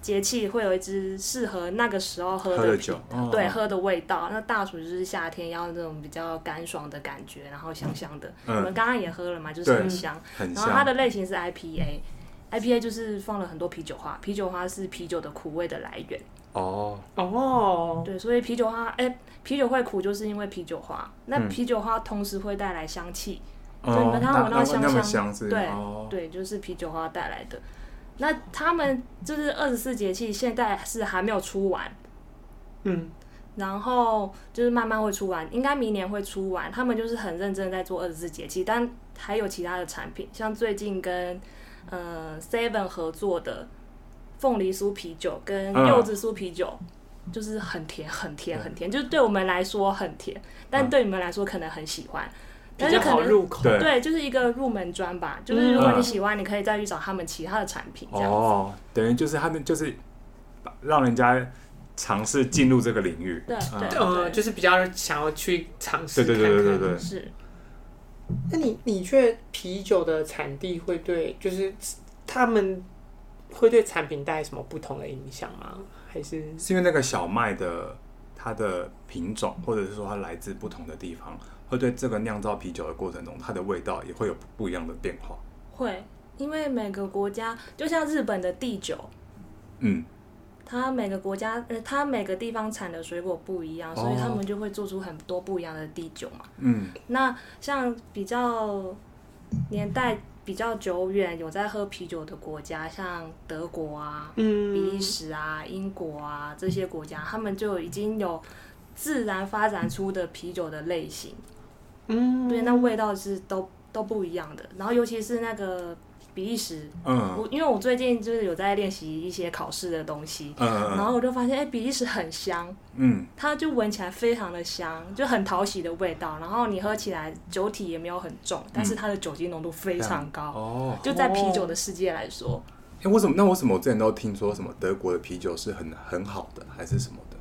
[SPEAKER 3] 节气会有一支适合那个时候喝
[SPEAKER 2] 喝的
[SPEAKER 3] 啤
[SPEAKER 2] 酒，哦
[SPEAKER 3] 对，喝的味道。那大暑就是夏天要那种比较干爽的感觉，然后香香的。
[SPEAKER 2] 嗯
[SPEAKER 3] 我们刚刚也喝了嘛，就是
[SPEAKER 2] 对
[SPEAKER 3] 很香。
[SPEAKER 2] 很
[SPEAKER 3] 然后它
[SPEAKER 2] 香，
[SPEAKER 3] 的类型是 IPA。IPA 就是放了很多啤酒花，啤酒花是啤酒的苦味的来源，
[SPEAKER 2] 哦，
[SPEAKER 1] 哦，
[SPEAKER 3] 对，所以啤酒花，哎、啤酒会苦就是因为啤酒花，那
[SPEAKER 2] 嗯
[SPEAKER 3] 啤酒花同时会带来香气，
[SPEAKER 2] 哦
[SPEAKER 3] 所以你们刚刚闻到
[SPEAKER 2] 那
[SPEAKER 3] 香
[SPEAKER 2] 那么
[SPEAKER 3] 香
[SPEAKER 2] 是
[SPEAKER 3] 对
[SPEAKER 2] 哦，
[SPEAKER 3] 对，就是啤酒花带来的。那他们就是二十四节气，现在是还没有出完，
[SPEAKER 1] 嗯，
[SPEAKER 3] 然后就是慢慢会出完，应该明年会出完。他们就是很认真地在做二十四节气，但还有其他的产品，像最近跟呃 Seven 合作的凤梨酥啤酒跟
[SPEAKER 2] 嗯
[SPEAKER 3] 柚子酥啤酒，就是很甜很甜
[SPEAKER 2] 对
[SPEAKER 3] 很甜，就是对我们来说很甜，但
[SPEAKER 2] 嗯
[SPEAKER 3] 对你们来说可能很喜欢，
[SPEAKER 1] 比
[SPEAKER 3] 但是
[SPEAKER 1] 较
[SPEAKER 3] 可
[SPEAKER 1] 好
[SPEAKER 3] 能
[SPEAKER 1] 入口。
[SPEAKER 2] 对
[SPEAKER 3] 对，就是一个入门砖吧。就是如果
[SPEAKER 2] 嗯
[SPEAKER 3] 你喜欢，你可以再去找他们其他的产品这样。
[SPEAKER 2] 哦，等于就是他们就是把让人家尝试进入这个领域。
[SPEAKER 3] 对
[SPEAKER 2] 嗯
[SPEAKER 3] 对
[SPEAKER 1] 呃，就是比较想要去尝试
[SPEAKER 2] 对
[SPEAKER 1] 看
[SPEAKER 2] 对
[SPEAKER 1] 看。
[SPEAKER 2] 对对对对，
[SPEAKER 3] 是
[SPEAKER 1] 那你你觉得啤酒的产地会对，就是他们会对产品带来什么不同的影响吗？还是
[SPEAKER 2] 是因为那个小麦的它的品种，或者是说它来自不同的地方，会对这个酿造啤酒的过程中，它的味道也会有不一样的变化。
[SPEAKER 3] 会，因为每个国家就像日本的地酒，
[SPEAKER 2] 嗯，
[SPEAKER 3] 它每个国家呃，它每个地方产的水果不一样，所以他
[SPEAKER 2] 哦
[SPEAKER 3] 们就会做出很多不一样的地酒嘛。
[SPEAKER 2] 嗯，
[SPEAKER 3] 那像比较年代比较久远有在喝啤酒的国家，像德国啊、比
[SPEAKER 1] 嗯
[SPEAKER 3] 利时啊、英国啊这些国家，他们就已经有自然发展出的啤酒的类型。
[SPEAKER 1] 嗯
[SPEAKER 3] 对，那味道是都都不一样的。然后尤其是那个比利时，
[SPEAKER 2] 嗯
[SPEAKER 3] 我因为我最近就是有在练习一些考试的东西，
[SPEAKER 2] 嗯
[SPEAKER 3] 然
[SPEAKER 2] 嗯
[SPEAKER 3] 后我就发现，哎、比利时很香，
[SPEAKER 2] 嗯，
[SPEAKER 3] 它就闻起来非常的香，就很讨喜的味道。然后你喝起来酒体也没有很重，但
[SPEAKER 2] 嗯
[SPEAKER 3] 是它的酒精浓度非常高。
[SPEAKER 2] 哦，
[SPEAKER 3] 就在啤酒的世界来说，
[SPEAKER 2] 哎、为什么？那为什么我之前都听说什么德国的啤酒是很很好的，还是什么的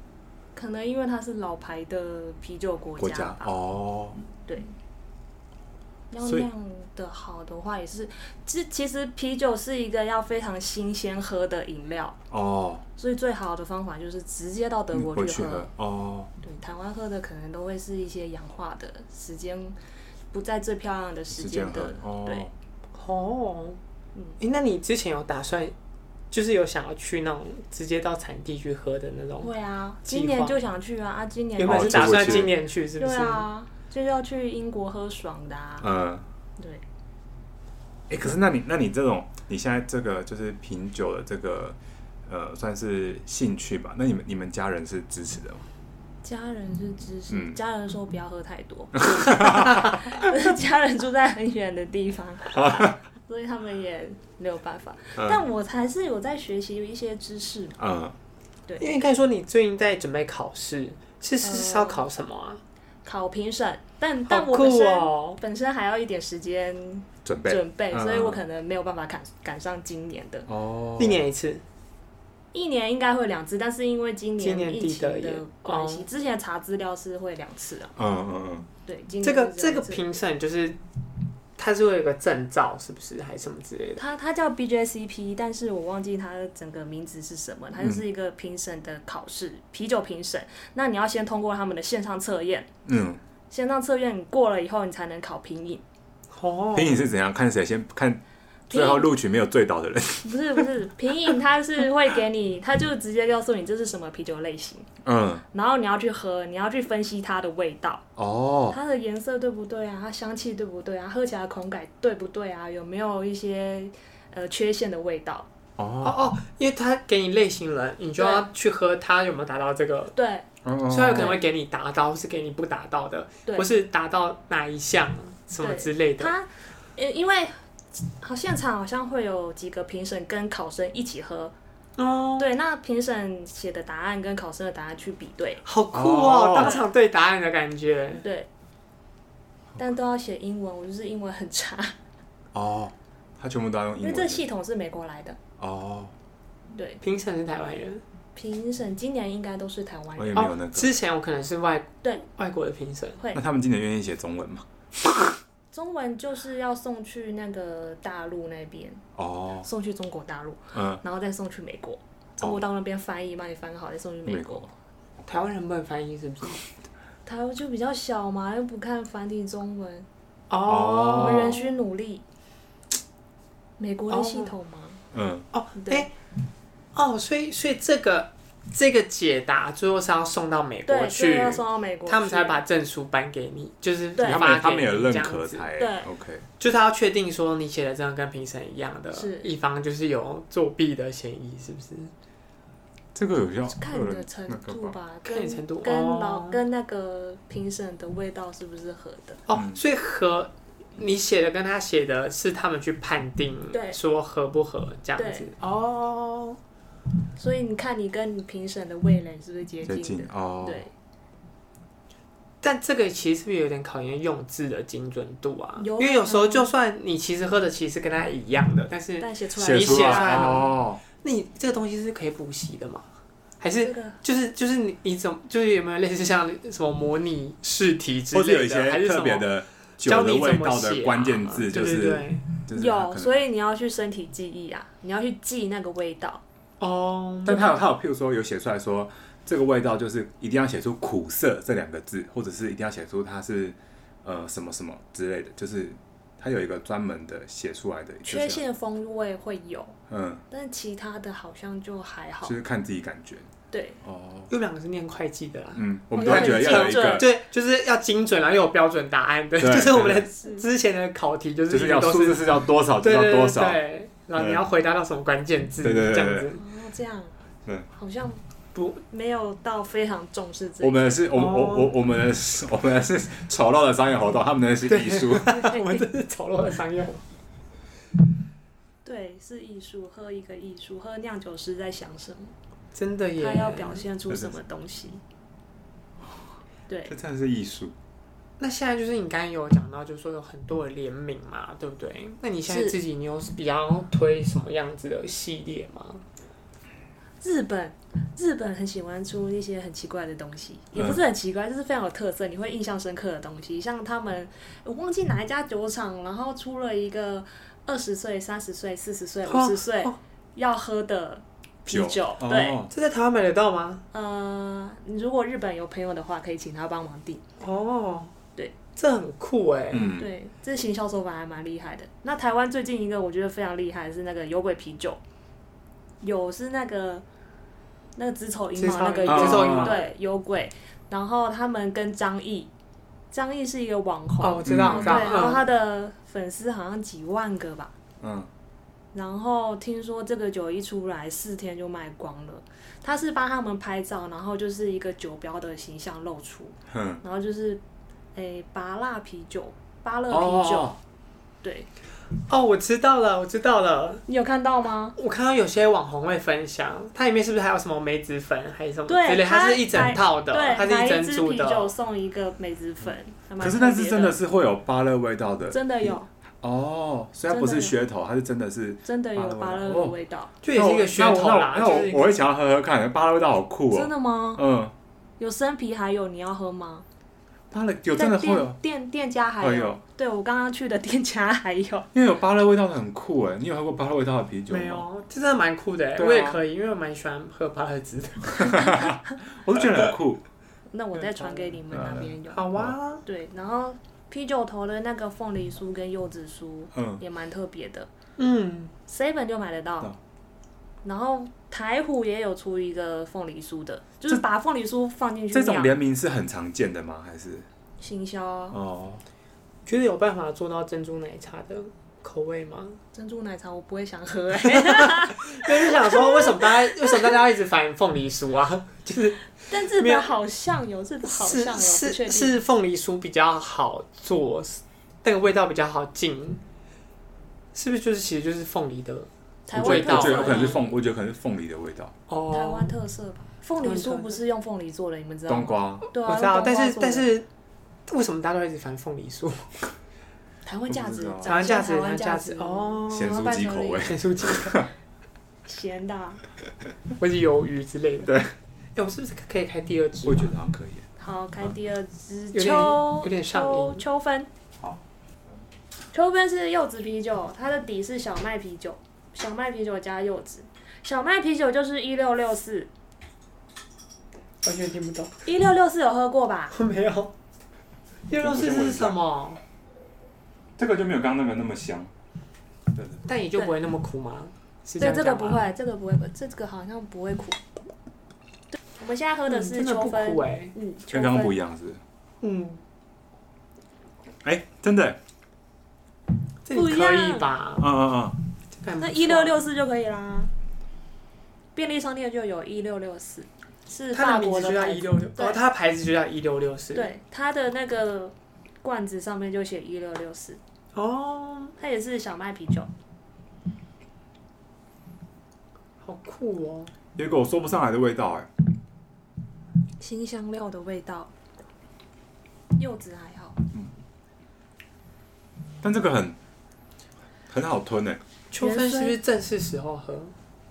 [SPEAKER 3] 可能因为它是老牌的啤酒国
[SPEAKER 2] 国
[SPEAKER 3] 家
[SPEAKER 2] 家？
[SPEAKER 3] 吧，
[SPEAKER 2] 哦，
[SPEAKER 3] 对。要
[SPEAKER 2] 所以
[SPEAKER 3] 酿的好的话，也是，其其实啤酒是一个要非常新鲜喝的饮料，
[SPEAKER 2] 哦，
[SPEAKER 3] 所以最好的方法就是直接到德
[SPEAKER 2] 嗯
[SPEAKER 3] 国
[SPEAKER 2] 我
[SPEAKER 3] 去
[SPEAKER 2] 去
[SPEAKER 3] 喝。
[SPEAKER 2] 喝哦，
[SPEAKER 3] 对，台湾喝的可能都会是一些氧化的，时间不在最漂亮的
[SPEAKER 2] 是
[SPEAKER 3] 时
[SPEAKER 2] 这
[SPEAKER 3] 间
[SPEAKER 2] 样喝
[SPEAKER 3] 的。
[SPEAKER 2] 哦，
[SPEAKER 3] 对，
[SPEAKER 1] 哦，
[SPEAKER 3] 嗯
[SPEAKER 1] 诶那你之前有打算，就是有想要去那种直接到产地去喝的那种？
[SPEAKER 3] 会啊，
[SPEAKER 1] 计划
[SPEAKER 3] 今年就想去啊啊！今年
[SPEAKER 1] 原本
[SPEAKER 2] 哦
[SPEAKER 1] 是
[SPEAKER 2] 这
[SPEAKER 1] 打
[SPEAKER 2] 我
[SPEAKER 1] 算
[SPEAKER 2] 记得
[SPEAKER 1] 今年去，是不
[SPEAKER 3] 对
[SPEAKER 1] 是？
[SPEAKER 3] 啊，就是要去英国喝爽的啊。
[SPEAKER 2] 嗯。
[SPEAKER 3] 对，
[SPEAKER 2] 哎、可是那你那你这种你现在这个就是品酒的这个呃，算是兴趣吧？那你们你们家人是支持的吗？
[SPEAKER 3] 家人是支持，
[SPEAKER 2] 嗯
[SPEAKER 3] 家人说不要喝太 多， 家人住在很远的 地方，所以他们也没有办法。
[SPEAKER 2] 嗯
[SPEAKER 3] 但我还是有在学习一些知识嘛。
[SPEAKER 2] 嗯，
[SPEAKER 1] 因为刚才说你最近在准备考试，是是是要考什么啊？
[SPEAKER 3] 考评审，但
[SPEAKER 1] 好
[SPEAKER 3] 但我本
[SPEAKER 1] 酷
[SPEAKER 3] 身、
[SPEAKER 1] 哦！
[SPEAKER 3] 本身还要一点时间
[SPEAKER 2] 准备
[SPEAKER 3] 准备，
[SPEAKER 2] 嗯
[SPEAKER 3] 所以我可能没有办法赶赶上今年的。
[SPEAKER 2] 哦
[SPEAKER 1] 一年一次，
[SPEAKER 3] 一年应该会两次，但是因为今
[SPEAKER 1] 今年
[SPEAKER 3] 疫情
[SPEAKER 1] 地的也
[SPEAKER 3] 的关系，
[SPEAKER 1] 哦
[SPEAKER 3] 之前查资料是会两次啊。
[SPEAKER 2] 嗯嗯嗯，
[SPEAKER 3] 对，今年
[SPEAKER 1] 这个
[SPEAKER 3] 是
[SPEAKER 1] 这
[SPEAKER 3] 两
[SPEAKER 1] 个
[SPEAKER 3] 次
[SPEAKER 1] 评审就是，它是会有一个证照，是不是还是什么之类的？
[SPEAKER 3] 它它叫 BJCP，但 E 是我忘记它的整个名字是什么。它就是一个评审的考试，啤酒评审。那你要先通过他们的线上测验，
[SPEAKER 2] 嗯，
[SPEAKER 3] 线上测验你过了以后，你才能考评饮。
[SPEAKER 1] 哦，
[SPEAKER 2] 评你是怎样看谁先看，最后录取没有醉倒的人，
[SPEAKER 3] 不是不是，品饮它是会给你，它就直接告诉你这是什么啤酒类型，
[SPEAKER 2] 嗯，
[SPEAKER 3] 然后你要去喝，你要去分析它的味道，
[SPEAKER 2] 哦，
[SPEAKER 3] 它的颜色对不对啊，它香气对不对啊，喝起来的口感对不对啊，有没有一些呃缺陷的味道？
[SPEAKER 1] 哦
[SPEAKER 2] 哦，
[SPEAKER 1] 哦，因为它给你类型了，你就要去喝它有没有达到这个，
[SPEAKER 3] 对
[SPEAKER 2] 嗯
[SPEAKER 1] 所以它可能会给你达到，或是给你不达到的，
[SPEAKER 3] 对
[SPEAKER 1] 或，是达到哪一项什么之类的。
[SPEAKER 3] 它因因为好现场好像会有几个评审跟考生一起喝，
[SPEAKER 1] 哦，
[SPEAKER 3] 对，那评审写的答案跟考生的答案去比对，
[SPEAKER 1] 好酷哦，
[SPEAKER 2] 哦
[SPEAKER 1] 当场对答案的感
[SPEAKER 2] 嗯
[SPEAKER 1] 觉。
[SPEAKER 3] 对，但都要写英文，我就是英文很差。
[SPEAKER 2] 哦，他全部都要用
[SPEAKER 3] 因
[SPEAKER 2] 英
[SPEAKER 3] 为
[SPEAKER 2] 文
[SPEAKER 3] 这
[SPEAKER 2] 的，
[SPEAKER 3] 系统是美国来的，
[SPEAKER 2] 哦，
[SPEAKER 3] 对，
[SPEAKER 1] 评审是台湾人，
[SPEAKER 3] 评审今年应该都是台湾
[SPEAKER 2] 我也
[SPEAKER 3] 人，
[SPEAKER 2] 没有那
[SPEAKER 1] 哦
[SPEAKER 2] 个，
[SPEAKER 1] 之前我可能是外
[SPEAKER 3] 对
[SPEAKER 1] 外国的评审，
[SPEAKER 3] 会
[SPEAKER 2] 那他们今年愿意写中文吗？
[SPEAKER 3] 中文就是要送去那个大陆那边，
[SPEAKER 2] 哦，
[SPEAKER 3] 送去中国大陆，
[SPEAKER 2] 嗯，
[SPEAKER 3] 然后再送去美国，中国大陆那边翻译，帮你翻好，再送去美
[SPEAKER 2] 美
[SPEAKER 3] 国
[SPEAKER 2] 国。，
[SPEAKER 1] 台湾人不能翻译是不是？
[SPEAKER 3] 台湾就比较小嘛，又不看繁体中文，我
[SPEAKER 1] 哦
[SPEAKER 2] 哦
[SPEAKER 3] 们仍需努力。美国的系统吗？
[SPEAKER 2] 嗯，
[SPEAKER 1] 哦，哎、
[SPEAKER 3] 对
[SPEAKER 1] 哦，所以所以这个这个解答最后是要送到美国
[SPEAKER 3] 对，所以
[SPEAKER 1] 去，
[SPEAKER 3] 要送到美国去，
[SPEAKER 1] 他们才把证书颁给你，就是
[SPEAKER 3] 对
[SPEAKER 2] 他
[SPEAKER 1] 发
[SPEAKER 2] 们
[SPEAKER 1] 给
[SPEAKER 2] 他们有
[SPEAKER 1] 你
[SPEAKER 2] 认
[SPEAKER 1] 这样
[SPEAKER 2] 可
[SPEAKER 1] 子
[SPEAKER 2] 才
[SPEAKER 3] 对
[SPEAKER 2] OK。
[SPEAKER 1] 就是他要确定说你写的这样跟评审一样的
[SPEAKER 3] 是，
[SPEAKER 1] 一方就是有作弊的嫌疑，是不是？
[SPEAKER 2] 这个有效，
[SPEAKER 3] 看
[SPEAKER 2] 有
[SPEAKER 3] 你
[SPEAKER 2] 人
[SPEAKER 3] 的程
[SPEAKER 2] 那个
[SPEAKER 3] 度
[SPEAKER 2] 吧。
[SPEAKER 3] 吧，
[SPEAKER 1] 看
[SPEAKER 3] 跟
[SPEAKER 1] 你程度
[SPEAKER 3] 跟
[SPEAKER 1] 哦
[SPEAKER 3] 老跟那个评审的味道是不是合的？
[SPEAKER 1] 哦，
[SPEAKER 2] 嗯
[SPEAKER 1] 所以合你写的跟他写的是他们去判定，
[SPEAKER 3] 对
[SPEAKER 1] 说合不合这样子。哦，
[SPEAKER 3] 所以你看你跟你评审的味蕾是不是接
[SPEAKER 2] 接
[SPEAKER 3] 近
[SPEAKER 2] 近
[SPEAKER 3] 的？
[SPEAKER 2] 哦，
[SPEAKER 3] 对，
[SPEAKER 1] 但这个其实是不是有点考验用字的精准度啊？
[SPEAKER 3] 有
[SPEAKER 1] 因为有时候就算你其实喝的其实跟他一样的，但是
[SPEAKER 3] 但写出来
[SPEAKER 2] 写
[SPEAKER 1] 你
[SPEAKER 2] 出
[SPEAKER 1] 写
[SPEAKER 2] 来
[SPEAKER 1] 出来了
[SPEAKER 2] 哦，
[SPEAKER 1] 那你这个东西是可以补习的吗？还是
[SPEAKER 3] 这个
[SPEAKER 1] 就是就是你你怎么就是有没有类似像什么模拟试题之
[SPEAKER 2] 或者有
[SPEAKER 1] 类
[SPEAKER 2] 一
[SPEAKER 1] 的，
[SPEAKER 2] 些
[SPEAKER 1] 还是什
[SPEAKER 2] 特
[SPEAKER 1] 么
[SPEAKER 2] 别的
[SPEAKER 1] 教
[SPEAKER 2] 酒的
[SPEAKER 1] 你怎
[SPEAKER 2] 味
[SPEAKER 1] 么
[SPEAKER 2] 道
[SPEAKER 1] 写
[SPEAKER 2] 的
[SPEAKER 1] 啊
[SPEAKER 2] 关键字，就
[SPEAKER 1] 对对
[SPEAKER 2] 是
[SPEAKER 1] 对
[SPEAKER 2] 就是它
[SPEAKER 3] 有，
[SPEAKER 2] 可能
[SPEAKER 3] 所以你要去身体记忆啊，你要去记那个味道。
[SPEAKER 1] 哦，
[SPEAKER 2] 但他有他有，譬如说有写出来说，这个味道就是一定要写出苦涩这两个字，或者是一定要写出它是呃什么什么之类的，就是他有一个专门的写出来的就是
[SPEAKER 3] 缺陷风味会有，
[SPEAKER 2] 嗯，
[SPEAKER 3] 但其他的好像就还好
[SPEAKER 2] 就。是看自己感觉
[SPEAKER 3] 对，
[SPEAKER 2] 哦，
[SPEAKER 1] 有两个是念会计的啦。
[SPEAKER 2] 嗯，我们
[SPEAKER 3] 我
[SPEAKER 2] 都
[SPEAKER 3] 觉
[SPEAKER 2] 会
[SPEAKER 3] 得
[SPEAKER 2] 觉得要有一
[SPEAKER 3] 很
[SPEAKER 2] 个，
[SPEAKER 1] 对，就是要精准，然后又有标准答案的，
[SPEAKER 2] 对
[SPEAKER 1] 就是我们的
[SPEAKER 3] 是
[SPEAKER 1] 之前的考题就是
[SPEAKER 2] 就
[SPEAKER 1] 一直
[SPEAKER 2] 是要
[SPEAKER 1] 都
[SPEAKER 2] 数字是要多少就
[SPEAKER 1] 对
[SPEAKER 2] 要
[SPEAKER 1] 对
[SPEAKER 2] 多
[SPEAKER 1] 对
[SPEAKER 2] 少，
[SPEAKER 1] 对，然后你要回答到什么关键字，
[SPEAKER 2] 对对对对
[SPEAKER 1] 这样子
[SPEAKER 3] 哦，这样
[SPEAKER 2] 对，
[SPEAKER 3] 好像
[SPEAKER 1] 不
[SPEAKER 3] 没有到非常重视这
[SPEAKER 2] 我
[SPEAKER 3] 个。
[SPEAKER 2] 们的是，我们我
[SPEAKER 1] 哦
[SPEAKER 2] 我我们的是，我们的是丑陋的商业活动，他们的是艺术。
[SPEAKER 1] 我们这是丑陋的商用。
[SPEAKER 3] 对，是艺术，喝一个艺术，喝酿酒师在想什么，
[SPEAKER 1] 真的耶，
[SPEAKER 3] 他要表现出什么东西。对
[SPEAKER 2] 这，真的是艺术。
[SPEAKER 1] 那现在就是你刚刚有讲到，就是说有很多的联名嘛，对不对？那你现在
[SPEAKER 3] 是
[SPEAKER 1] 自己你有比较推什么样子的系列吗？
[SPEAKER 3] 日本，日本很喜欢出一些很奇怪的东西，也不是很奇怪，就是非常有特色，你会印象深刻的东西。像他们，我忘记哪一家酒厂，然后出了一个二十岁、三十岁、四十岁、五十岁
[SPEAKER 1] 哦
[SPEAKER 3] 要喝的啤酒。对，
[SPEAKER 2] 哦，
[SPEAKER 1] 这在台湾买得到吗？
[SPEAKER 3] 呃，你如果日本有朋友的话，可以请他帮忙订。
[SPEAKER 1] 哦，
[SPEAKER 3] 对，
[SPEAKER 1] 这很酷哎。
[SPEAKER 2] 嗯，
[SPEAKER 3] 对，这行销手法还蛮厉害的。那台湾最近一个我觉得非常厉害的是那个有鬼啤酒，有是那个那个子丑寅
[SPEAKER 1] 接
[SPEAKER 3] 卯
[SPEAKER 1] 受
[SPEAKER 3] 那个
[SPEAKER 2] 子丑寅
[SPEAKER 3] 有
[SPEAKER 2] 卯
[SPEAKER 3] 对有鬼，然后他们跟张译，张译是一个网
[SPEAKER 1] 哦，
[SPEAKER 3] 红，
[SPEAKER 1] 我知道，
[SPEAKER 2] 嗯
[SPEAKER 1] 我知
[SPEAKER 3] 对，
[SPEAKER 1] 道。
[SPEAKER 3] 然后
[SPEAKER 1] 嗯
[SPEAKER 3] 他的粉丝好像几万个吧。
[SPEAKER 2] 嗯，
[SPEAKER 3] 然后听说这个酒一出来，四天就卖光了。他是帮他们拍照，然后就是一个酒标的形象露出，
[SPEAKER 2] 哼，
[SPEAKER 3] 然后就是，诶，拔辣啤酒、芭乐
[SPEAKER 2] 哦
[SPEAKER 3] 啤酒，对，
[SPEAKER 1] 哦，我知道了，我知道了。
[SPEAKER 3] 你有看到吗？
[SPEAKER 1] 我看到有些网红会分享，它里面是不是还有什么梅子粉，还是什么
[SPEAKER 3] 对
[SPEAKER 1] 之类？
[SPEAKER 3] 它
[SPEAKER 1] 它是一整套的，它
[SPEAKER 3] 对，
[SPEAKER 1] 是
[SPEAKER 3] 买
[SPEAKER 1] 一
[SPEAKER 3] 一
[SPEAKER 1] 整
[SPEAKER 3] 支
[SPEAKER 1] 组
[SPEAKER 3] 啤酒
[SPEAKER 1] 的。
[SPEAKER 3] 送一个梅子粉，还蛮
[SPEAKER 2] 可是那
[SPEAKER 3] 特
[SPEAKER 2] 是
[SPEAKER 3] 别
[SPEAKER 2] 真的是会有芭乐味道的
[SPEAKER 3] 真的有，
[SPEAKER 2] 哦，所以它不是噱头，它是真的是。
[SPEAKER 3] 真的有芭乐的味
[SPEAKER 2] 哦
[SPEAKER 3] 道，
[SPEAKER 1] 就也是一个噱头啦，
[SPEAKER 2] 那
[SPEAKER 1] 就
[SPEAKER 2] 我那我
[SPEAKER 1] 是
[SPEAKER 2] 那我我会想要喝喝看，芭乐味道好酷
[SPEAKER 3] 真
[SPEAKER 2] 哦。
[SPEAKER 3] 的吗？
[SPEAKER 2] 嗯，
[SPEAKER 3] 有生啤还有，你要喝吗？
[SPEAKER 2] 芭乐有
[SPEAKER 3] 在
[SPEAKER 2] 真的会有
[SPEAKER 3] 店，店店家还
[SPEAKER 2] 会
[SPEAKER 3] 有
[SPEAKER 2] 有，
[SPEAKER 3] 对我刚刚去的店家还 有，
[SPEAKER 2] 因为有芭乐味道的很酷哎。你有喝过芭乐味道的啤酒吗？
[SPEAKER 1] 没。有，这真的蛮酷的欸、
[SPEAKER 2] 对啊
[SPEAKER 1] 我也可以，因为我蛮喜欢喝巴乐汁的。
[SPEAKER 2] 我就觉得很酷。
[SPEAKER 3] 那我再传给你们那边
[SPEAKER 2] 嗯
[SPEAKER 3] 有。
[SPEAKER 1] 好啊，
[SPEAKER 3] 对，然后啤酒头的那个凤梨酥跟柚子酥
[SPEAKER 2] 嗯，
[SPEAKER 3] 也蛮特别的
[SPEAKER 1] 嗯，
[SPEAKER 3] ，seven 就买得到
[SPEAKER 2] 嗯。
[SPEAKER 3] 然后台虎也有出一个凤梨酥的，就是把凤梨酥放进去
[SPEAKER 2] 这种
[SPEAKER 3] 酿
[SPEAKER 2] 联名是很常见的吗？还是
[SPEAKER 3] 行销啊
[SPEAKER 2] 哦，
[SPEAKER 1] 觉得有办法做到珍珠奶茶的口味吗？
[SPEAKER 3] 珍珠奶茶我不会想喝、欸，
[SPEAKER 1] 就是想说，为什么大家 为什么大家要一直反凤梨酥啊？就是
[SPEAKER 3] 但日
[SPEAKER 1] 没有
[SPEAKER 3] 本好像有，日本好
[SPEAKER 1] 是
[SPEAKER 3] 像有，哦不确
[SPEAKER 1] 是
[SPEAKER 3] 定。
[SPEAKER 1] 是凤梨酥比较好做，那个味道比较好进，是不是？就是其实就是凤梨的
[SPEAKER 3] 台
[SPEAKER 2] 我
[SPEAKER 1] 味
[SPEAKER 3] 湾
[SPEAKER 2] 觉
[SPEAKER 1] 道
[SPEAKER 2] 得我觉得
[SPEAKER 3] 特色
[SPEAKER 2] 有
[SPEAKER 3] 吧
[SPEAKER 2] 可能是凤，我觉得可能是凤梨的味道，
[SPEAKER 1] 哦。
[SPEAKER 3] 台湾啊特色吧。凤梨酥不是用凤梨做的，你们知道
[SPEAKER 2] 冬
[SPEAKER 3] 吗？
[SPEAKER 2] 瓜。
[SPEAKER 3] 对啊，
[SPEAKER 1] 我知道，
[SPEAKER 3] 用冬
[SPEAKER 1] 但
[SPEAKER 3] 瓜
[SPEAKER 1] 是
[SPEAKER 3] 做的
[SPEAKER 1] 但是为什么大家都一直反凤梨酥？
[SPEAKER 3] 台湾价值
[SPEAKER 2] 我不知，
[SPEAKER 1] 台
[SPEAKER 2] 道
[SPEAKER 1] 湾价
[SPEAKER 3] 展
[SPEAKER 1] 值，台
[SPEAKER 3] 现台湾
[SPEAKER 1] 湾价哦
[SPEAKER 3] 值
[SPEAKER 1] 值，哦，
[SPEAKER 2] 咸酥鸡口味
[SPEAKER 1] 咸酥鸡
[SPEAKER 3] 咸的啊。
[SPEAKER 1] 或是鱿鱼之类的。
[SPEAKER 2] 对
[SPEAKER 1] 哎、我们是不是可以开第二支？
[SPEAKER 2] 我觉得好像可以。
[SPEAKER 3] 好，开第二支
[SPEAKER 1] 有点
[SPEAKER 3] 秋
[SPEAKER 1] 有点上
[SPEAKER 3] 秋
[SPEAKER 1] 瘾
[SPEAKER 3] 秋分。
[SPEAKER 2] 好，
[SPEAKER 3] 秋分是柚子啤酒，它的底是小麦啤酒，小麦啤酒加柚子。小麦啤酒就是一六六四，
[SPEAKER 1] 完全听不懂，
[SPEAKER 3] 一六六四有喝过吧？
[SPEAKER 1] 我没有。六六四是什么？
[SPEAKER 2] 这个就没有刚刚那个那么香。对对
[SPEAKER 1] 但也就不会那么苦吗？是这
[SPEAKER 3] 对，
[SPEAKER 1] 样
[SPEAKER 3] 这
[SPEAKER 1] 讲
[SPEAKER 3] 个
[SPEAKER 1] 吗
[SPEAKER 3] 不。会，这个不会，这个好像不会苦。我现在喝的
[SPEAKER 1] 嗯
[SPEAKER 3] 是
[SPEAKER 1] 真的
[SPEAKER 3] 秋
[SPEAKER 1] 不
[SPEAKER 3] 分
[SPEAKER 1] 苦，哎，
[SPEAKER 3] 嗯，秋
[SPEAKER 2] 跟刚刚
[SPEAKER 3] 分
[SPEAKER 2] 不一样是不是？
[SPEAKER 1] 嗯，
[SPEAKER 2] 哎、真的、
[SPEAKER 1] 这你可以吧？
[SPEAKER 2] 嗯嗯嗯，
[SPEAKER 1] 这个还不错
[SPEAKER 3] 那一六，六四就可以啦。便利商店就有一六六四，是
[SPEAKER 1] 它
[SPEAKER 3] 法
[SPEAKER 1] 的名
[SPEAKER 3] 国
[SPEAKER 1] 字
[SPEAKER 3] 的
[SPEAKER 1] 就叫
[SPEAKER 3] 牌
[SPEAKER 1] 一
[SPEAKER 3] 子
[SPEAKER 1] 六六，
[SPEAKER 3] 对
[SPEAKER 1] 哦，它的牌子就叫一六六四，，
[SPEAKER 3] 对，它的那个罐子上面就写一六六四，
[SPEAKER 1] 哦，
[SPEAKER 3] 它也是小麦啤酒。
[SPEAKER 1] 好酷哦，
[SPEAKER 2] 有一个我说不上来的味道哎、
[SPEAKER 3] 新香料的味道，柚子还好，
[SPEAKER 2] 但这个很很好吞哎、
[SPEAKER 1] 秋分是不是正是时候喝？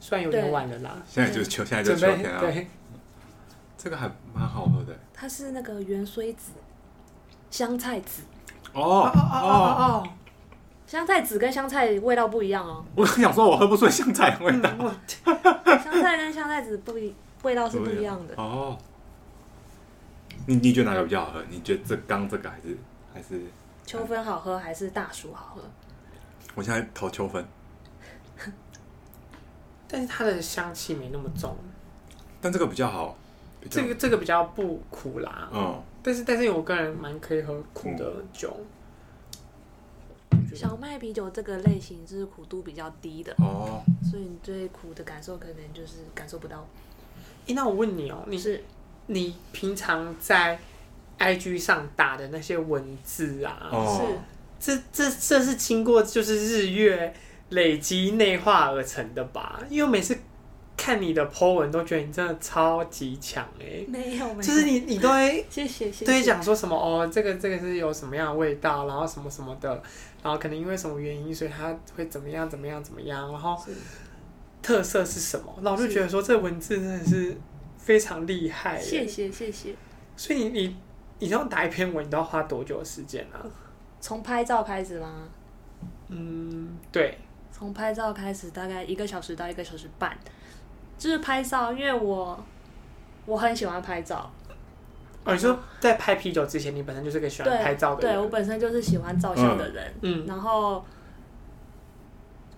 [SPEAKER 1] 虽然有点
[SPEAKER 3] 对
[SPEAKER 1] 晚了啦，
[SPEAKER 2] 现在就是秋，现在就
[SPEAKER 1] 准
[SPEAKER 2] 是秋
[SPEAKER 1] 备
[SPEAKER 2] 天啊，
[SPEAKER 1] 对，
[SPEAKER 2] 这个还蛮好喝的、哎
[SPEAKER 3] 它是那个圆锥子、香菜籽，
[SPEAKER 2] 哦
[SPEAKER 1] 哦哦
[SPEAKER 2] 哦，
[SPEAKER 1] 哦哦
[SPEAKER 3] 香菜籽跟香菜味道不一样哦，
[SPEAKER 2] 我想说我喝不出香菜的味道，
[SPEAKER 1] 哦，哇
[SPEAKER 3] 香菜跟香菜籽不一味道是不一样的。
[SPEAKER 2] 哦。你你觉得哪个比较好喝？你觉得这刚这个还是还是？
[SPEAKER 3] 秋分好喝还是大叔好喝？
[SPEAKER 2] 我现在投秋分，
[SPEAKER 1] 但是它的香气没那么重，
[SPEAKER 2] 但这个比较好。比较
[SPEAKER 1] 这个这个比较不苦啦，
[SPEAKER 2] 嗯，
[SPEAKER 1] 但是但是我个人蛮可以喝苦的酒，嗯
[SPEAKER 3] 小麦啤酒这个类型就是苦度比较低的，
[SPEAKER 2] 哦，
[SPEAKER 3] 所以你对苦的感受可能就是感受不到。
[SPEAKER 1] 诶，那我问你哦，你
[SPEAKER 3] 是
[SPEAKER 1] 你平常在 IG 上打的那些文字啊，
[SPEAKER 2] 哦，
[SPEAKER 1] 这这这是经过就是日月累积内化而成的吧？因为我每次看你的 po 文，都觉得你真的超级强哎、
[SPEAKER 3] 没有没有，
[SPEAKER 1] 就是你你都会
[SPEAKER 3] 谢谢嗯谢
[SPEAKER 1] 都会
[SPEAKER 3] 谢。
[SPEAKER 1] 讲说什么哦，这个这个是有什么样的味道，然后什么什么的，然后可能因为什么原因，所以它会怎么样怎么样怎么样，然后
[SPEAKER 3] 是
[SPEAKER 1] 特色是什么？然后我就是觉得说这文字真的是非常厉害、欸，
[SPEAKER 3] 谢谢谢谢。
[SPEAKER 1] 所以你你你要打一篇文，你都要花多久的时间啊？
[SPEAKER 3] 从拍照开始吗？
[SPEAKER 1] 嗯，对，
[SPEAKER 3] 从拍照开始，大概一个小时到一个小时半，就是拍照，因为我我很喜欢拍照，
[SPEAKER 1] 哦，你说在拍啤酒之前，你本身就是个喜欢
[SPEAKER 3] 对
[SPEAKER 1] 拍照的
[SPEAKER 3] 对
[SPEAKER 1] 人，
[SPEAKER 3] 我本身就是喜欢照相的人，
[SPEAKER 1] 嗯，
[SPEAKER 3] 然后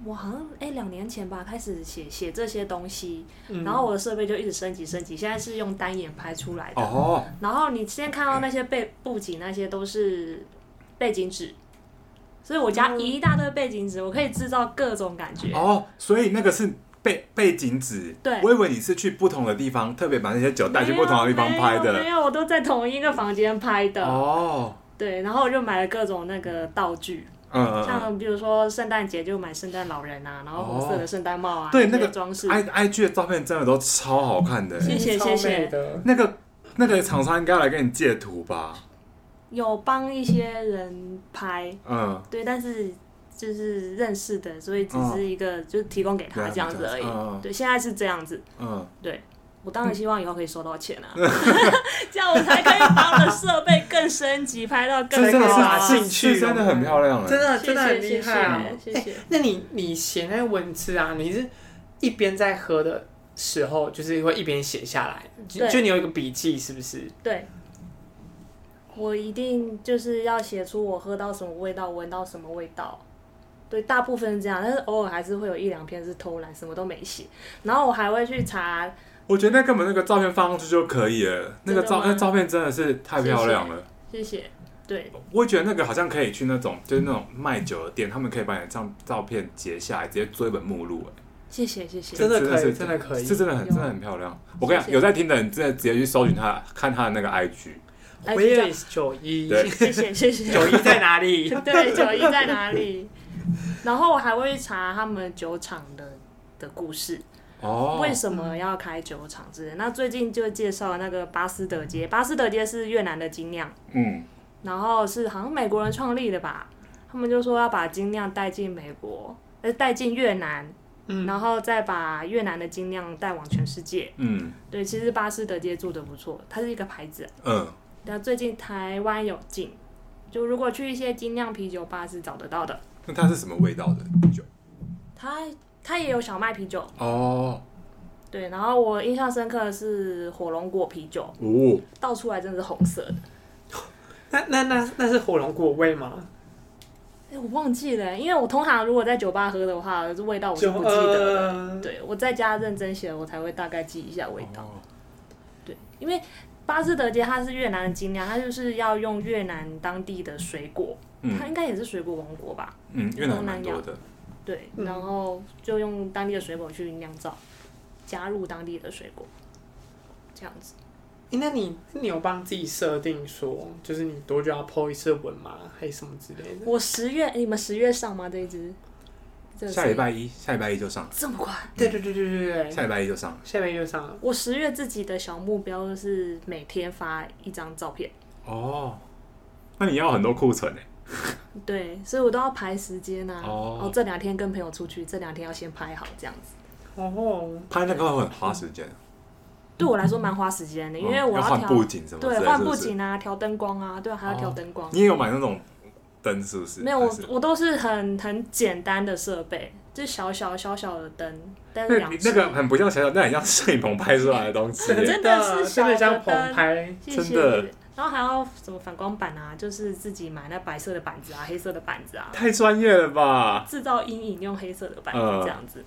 [SPEAKER 3] 我好像哎两、年前吧开始写写这些东西，
[SPEAKER 1] 嗯
[SPEAKER 3] 然后我的设备就一直升级升级，现在是用单眼拍出来的，
[SPEAKER 2] 哦，
[SPEAKER 3] 然后你现在看到那些背布景那些都是背景纸。所以我家一大堆背景纸，我可以制造各种感觉。
[SPEAKER 2] 哦，所以那个是背背景纸。
[SPEAKER 3] 对
[SPEAKER 2] 我以为你是去不同的地方，特别把那些酒带去不同的地方拍
[SPEAKER 3] 没有，没
[SPEAKER 2] 的。
[SPEAKER 3] 有，我都在同一个房间拍的。
[SPEAKER 2] 哦，
[SPEAKER 3] 对，然后我就买了各种那个道具，
[SPEAKER 2] 嗯嗯嗯。
[SPEAKER 3] 像比如说圣诞节就买圣诞老人啊，然后红色的圣诞帽啊，
[SPEAKER 2] 哦对
[SPEAKER 3] 那
[SPEAKER 2] 那
[SPEAKER 3] 些
[SPEAKER 2] 个
[SPEAKER 3] 装饰。
[SPEAKER 2] I I G 的照片真的都超好看的，
[SPEAKER 3] 谢谢
[SPEAKER 1] 超
[SPEAKER 3] 谢谢
[SPEAKER 1] 美的，
[SPEAKER 2] 那个那个厂商应该来跟你借图吧？
[SPEAKER 3] 有帮一些人拍，
[SPEAKER 2] 嗯，
[SPEAKER 3] 对，但是就是认识的，所以只是一个、就是提供给他这样子而已。
[SPEAKER 2] 嗯嗯
[SPEAKER 3] 对，现在是这样子，
[SPEAKER 2] 嗯，
[SPEAKER 3] 对。我当然希望以后可以收到钱啊，这样我才可以把我的设备更升级，拍到更
[SPEAKER 2] 这真的
[SPEAKER 3] 高啊！
[SPEAKER 2] 是
[SPEAKER 1] 进
[SPEAKER 2] 是
[SPEAKER 1] 去
[SPEAKER 2] 是真的很漂亮
[SPEAKER 1] 真
[SPEAKER 2] 哎。
[SPEAKER 1] 的
[SPEAKER 3] 谢谢
[SPEAKER 1] 真的很厉害啊！
[SPEAKER 3] 谢谢谢谢
[SPEAKER 1] 哎那你你写那个文字啊，你是一边在喝的时候，就是会一边写下来，就
[SPEAKER 3] 对
[SPEAKER 1] 就你有一个笔记，是不是？
[SPEAKER 3] 对，我一定就是要写出我喝到什么味道，闻到什么味道。对，大部分是这样，但是偶尔还是会有一两篇是偷懒，什么都没写。然后我还会去查，
[SPEAKER 2] 我觉得那根本那个照片放上去就可以了，那个
[SPEAKER 3] 真的
[SPEAKER 2] 照
[SPEAKER 3] 吗
[SPEAKER 2] 那照片真的是太漂亮了。
[SPEAKER 3] 谢谢。对，
[SPEAKER 2] 我也觉得那个好像可以去那种就是那种卖酒的店，他们可以把你的照照片截下来，直接做一本目录。哎
[SPEAKER 3] 谢谢，谢谢。
[SPEAKER 1] 真的可以
[SPEAKER 2] 是
[SPEAKER 1] 真的可以
[SPEAKER 2] 这真的很
[SPEAKER 3] 有
[SPEAKER 2] 真的很漂亮。我跟你讲，
[SPEAKER 3] 谢谢
[SPEAKER 2] 有在听的人，真的直接去搜寻他，看他的那个 IG。
[SPEAKER 3] 哎就这样
[SPEAKER 1] Where is 九一？
[SPEAKER 2] 对
[SPEAKER 3] 谢谢，谢谢。
[SPEAKER 1] 九一在哪里？
[SPEAKER 3] 对，九一在哪里？然后我还会查他们酒厂的的故事。
[SPEAKER 2] 哦，
[SPEAKER 3] 为什么要开酒厂之类的？那最近就介绍那个巴斯德街，巴斯德街是越南的精酿，
[SPEAKER 2] 嗯，
[SPEAKER 3] 然后是好像美国人创立的吧，他们就说要把精酿带进美国，呃，带进越南，
[SPEAKER 1] 嗯
[SPEAKER 3] 然后再把越南的精酿带往全世界。
[SPEAKER 2] 嗯
[SPEAKER 3] 对，其实巴斯德街做的不错，它是一个牌子，
[SPEAKER 2] 嗯，
[SPEAKER 3] 那最近台湾有进，就如果去一些精酿啤酒吧是找得到的，
[SPEAKER 2] 那它是什么味道的酒？
[SPEAKER 3] 它它也有小麦啤酒，
[SPEAKER 2] 哦，
[SPEAKER 3] 对，然后我印象深刻的是火龙果啤酒，
[SPEAKER 2] 哦，
[SPEAKER 3] 倒出来真的是红色的。
[SPEAKER 1] 那那那那是火龙果味吗？
[SPEAKER 3] 哎、我忘记了，因为我通常如果在酒吧喝的话，这味道我是不记得的。
[SPEAKER 1] 呃
[SPEAKER 3] 对我在家认真写，我才会大概记一下味道。
[SPEAKER 2] 哦
[SPEAKER 3] 对，因为巴斯德街它是越南的精酿，它就是要用越南当地的水果，
[SPEAKER 2] 嗯
[SPEAKER 3] 它应该也是水果王国吧？
[SPEAKER 2] 嗯，越南蛮多的，
[SPEAKER 3] 对，
[SPEAKER 1] 嗯
[SPEAKER 3] 然后就用当地的水果去酿造，加入当地的水果，这样子。
[SPEAKER 1] 诶那你你有帮自己设定说，就是你多久要 po 一次文吗？还是什么之类的？
[SPEAKER 3] 我十月，你们十月上吗？这一支？这个
[SPEAKER 2] 下礼
[SPEAKER 3] 是
[SPEAKER 2] 拜一，下礼拜一就上了，
[SPEAKER 3] 这么快？
[SPEAKER 1] 对对对对对对，
[SPEAKER 2] 下礼拜一就上了。
[SPEAKER 1] 下面就上了。
[SPEAKER 3] 我十月自己的小目标就是每天发一张照片，
[SPEAKER 2] 哦，那你要很多库存哎、
[SPEAKER 3] 对，所以我都要排时间啊。
[SPEAKER 2] 哦嗯
[SPEAKER 3] 哦，这两天跟朋友出去，这两天要先拍好这样子。
[SPEAKER 1] 哦，
[SPEAKER 2] 拍那个会很花时间，
[SPEAKER 3] 对我来说蛮花时间的，因为
[SPEAKER 2] 嗯
[SPEAKER 3] 我
[SPEAKER 2] 要换
[SPEAKER 3] 调
[SPEAKER 2] 布景什么之类
[SPEAKER 3] 对
[SPEAKER 2] 的，
[SPEAKER 3] 换
[SPEAKER 2] 是哦不
[SPEAKER 3] 布
[SPEAKER 2] 是。
[SPEAKER 3] 景啊，调灯光啊，对，还要调灯光。
[SPEAKER 2] 你也有买那种灯是不是？
[SPEAKER 3] 没有，我
[SPEAKER 2] 还是
[SPEAKER 3] 我都是很很简单的设备，就小小小小的灯，但是
[SPEAKER 2] 那
[SPEAKER 3] 两
[SPEAKER 2] 那
[SPEAKER 3] 只
[SPEAKER 2] 个很不像小小，那很像摄影棚拍出来的东西耶。
[SPEAKER 3] 真的是
[SPEAKER 1] 真的
[SPEAKER 3] 小
[SPEAKER 1] 像
[SPEAKER 3] 的
[SPEAKER 1] 棚拍，
[SPEAKER 3] 谢
[SPEAKER 2] 真
[SPEAKER 3] 谢
[SPEAKER 2] 的。
[SPEAKER 3] 然后还要什么反光板啊，就是自己买那白色的板子啊，黑色的板子啊，
[SPEAKER 2] 太专业了吧！
[SPEAKER 3] 制造阴影用黑色的板
[SPEAKER 2] 嗯
[SPEAKER 3] 子这样子。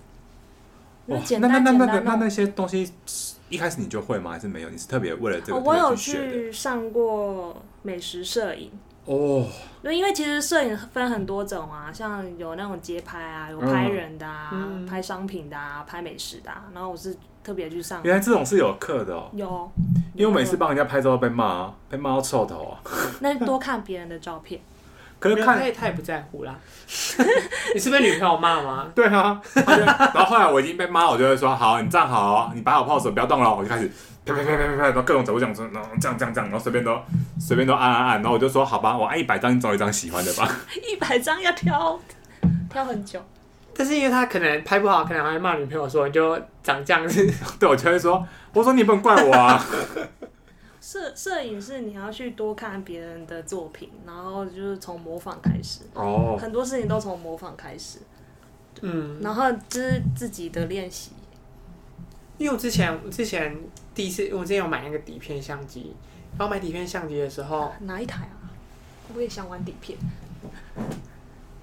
[SPEAKER 2] 哇，
[SPEAKER 3] 简
[SPEAKER 2] 哦那那那
[SPEAKER 3] 单简
[SPEAKER 2] 那
[SPEAKER 3] 单哦
[SPEAKER 2] 个那
[SPEAKER 3] 弄
[SPEAKER 2] 那些东西一开始你就会吗？还是没有？你是特别为了这个
[SPEAKER 3] 哦我
[SPEAKER 2] 特
[SPEAKER 3] 有
[SPEAKER 2] 别去学的？
[SPEAKER 3] 去上过美食摄影，
[SPEAKER 2] 哦，
[SPEAKER 3] 对，因为其实摄影分很多种啊，像有那种街拍啊，有拍人的啊，
[SPEAKER 1] 嗯
[SPEAKER 3] 拍商品的啊，拍美食的啊。然后我是特别去上
[SPEAKER 2] 原来这种是有课的哦，
[SPEAKER 3] 有，
[SPEAKER 2] 因为我每次帮人家拍照都被骂啊，被骂到臭头啊。
[SPEAKER 3] 那多看别人的照片，
[SPEAKER 2] 可
[SPEAKER 1] 没
[SPEAKER 2] 是
[SPEAKER 1] 有
[SPEAKER 2] 看
[SPEAKER 1] 他也他也不在乎啦。 你是被女朋友骂吗？
[SPEAKER 2] 对啊，他就然后后来我已经被骂，我就会说好，你站好哦，你摆好 pose，不要动了哦，我就开始啪啪啪啪啪啪，然后各种角度这样子，然后这样这样这样，然后随便都随便都按按按，然后我就说好吧，我按一百张，你找一张喜欢的吧。
[SPEAKER 3] 一百张要挑挑很久。
[SPEAKER 1] 但是因为他可能拍不好，可能还会骂女朋友说你就长这样子。
[SPEAKER 2] 对，我就会说，我说你也不能怪我啊，
[SPEAKER 3] 摄摄影是你要去多看别人的作品，然后就是从模仿开始，
[SPEAKER 2] 哦，
[SPEAKER 3] 很多事情都从模仿开始，
[SPEAKER 1] 嗯，
[SPEAKER 3] 然后就是自己的练习。
[SPEAKER 1] 因为我之前我之前第一次我之前有买那个底片相机，然后买底片相机的时候，
[SPEAKER 3] 哪一台啊？我也想玩底片。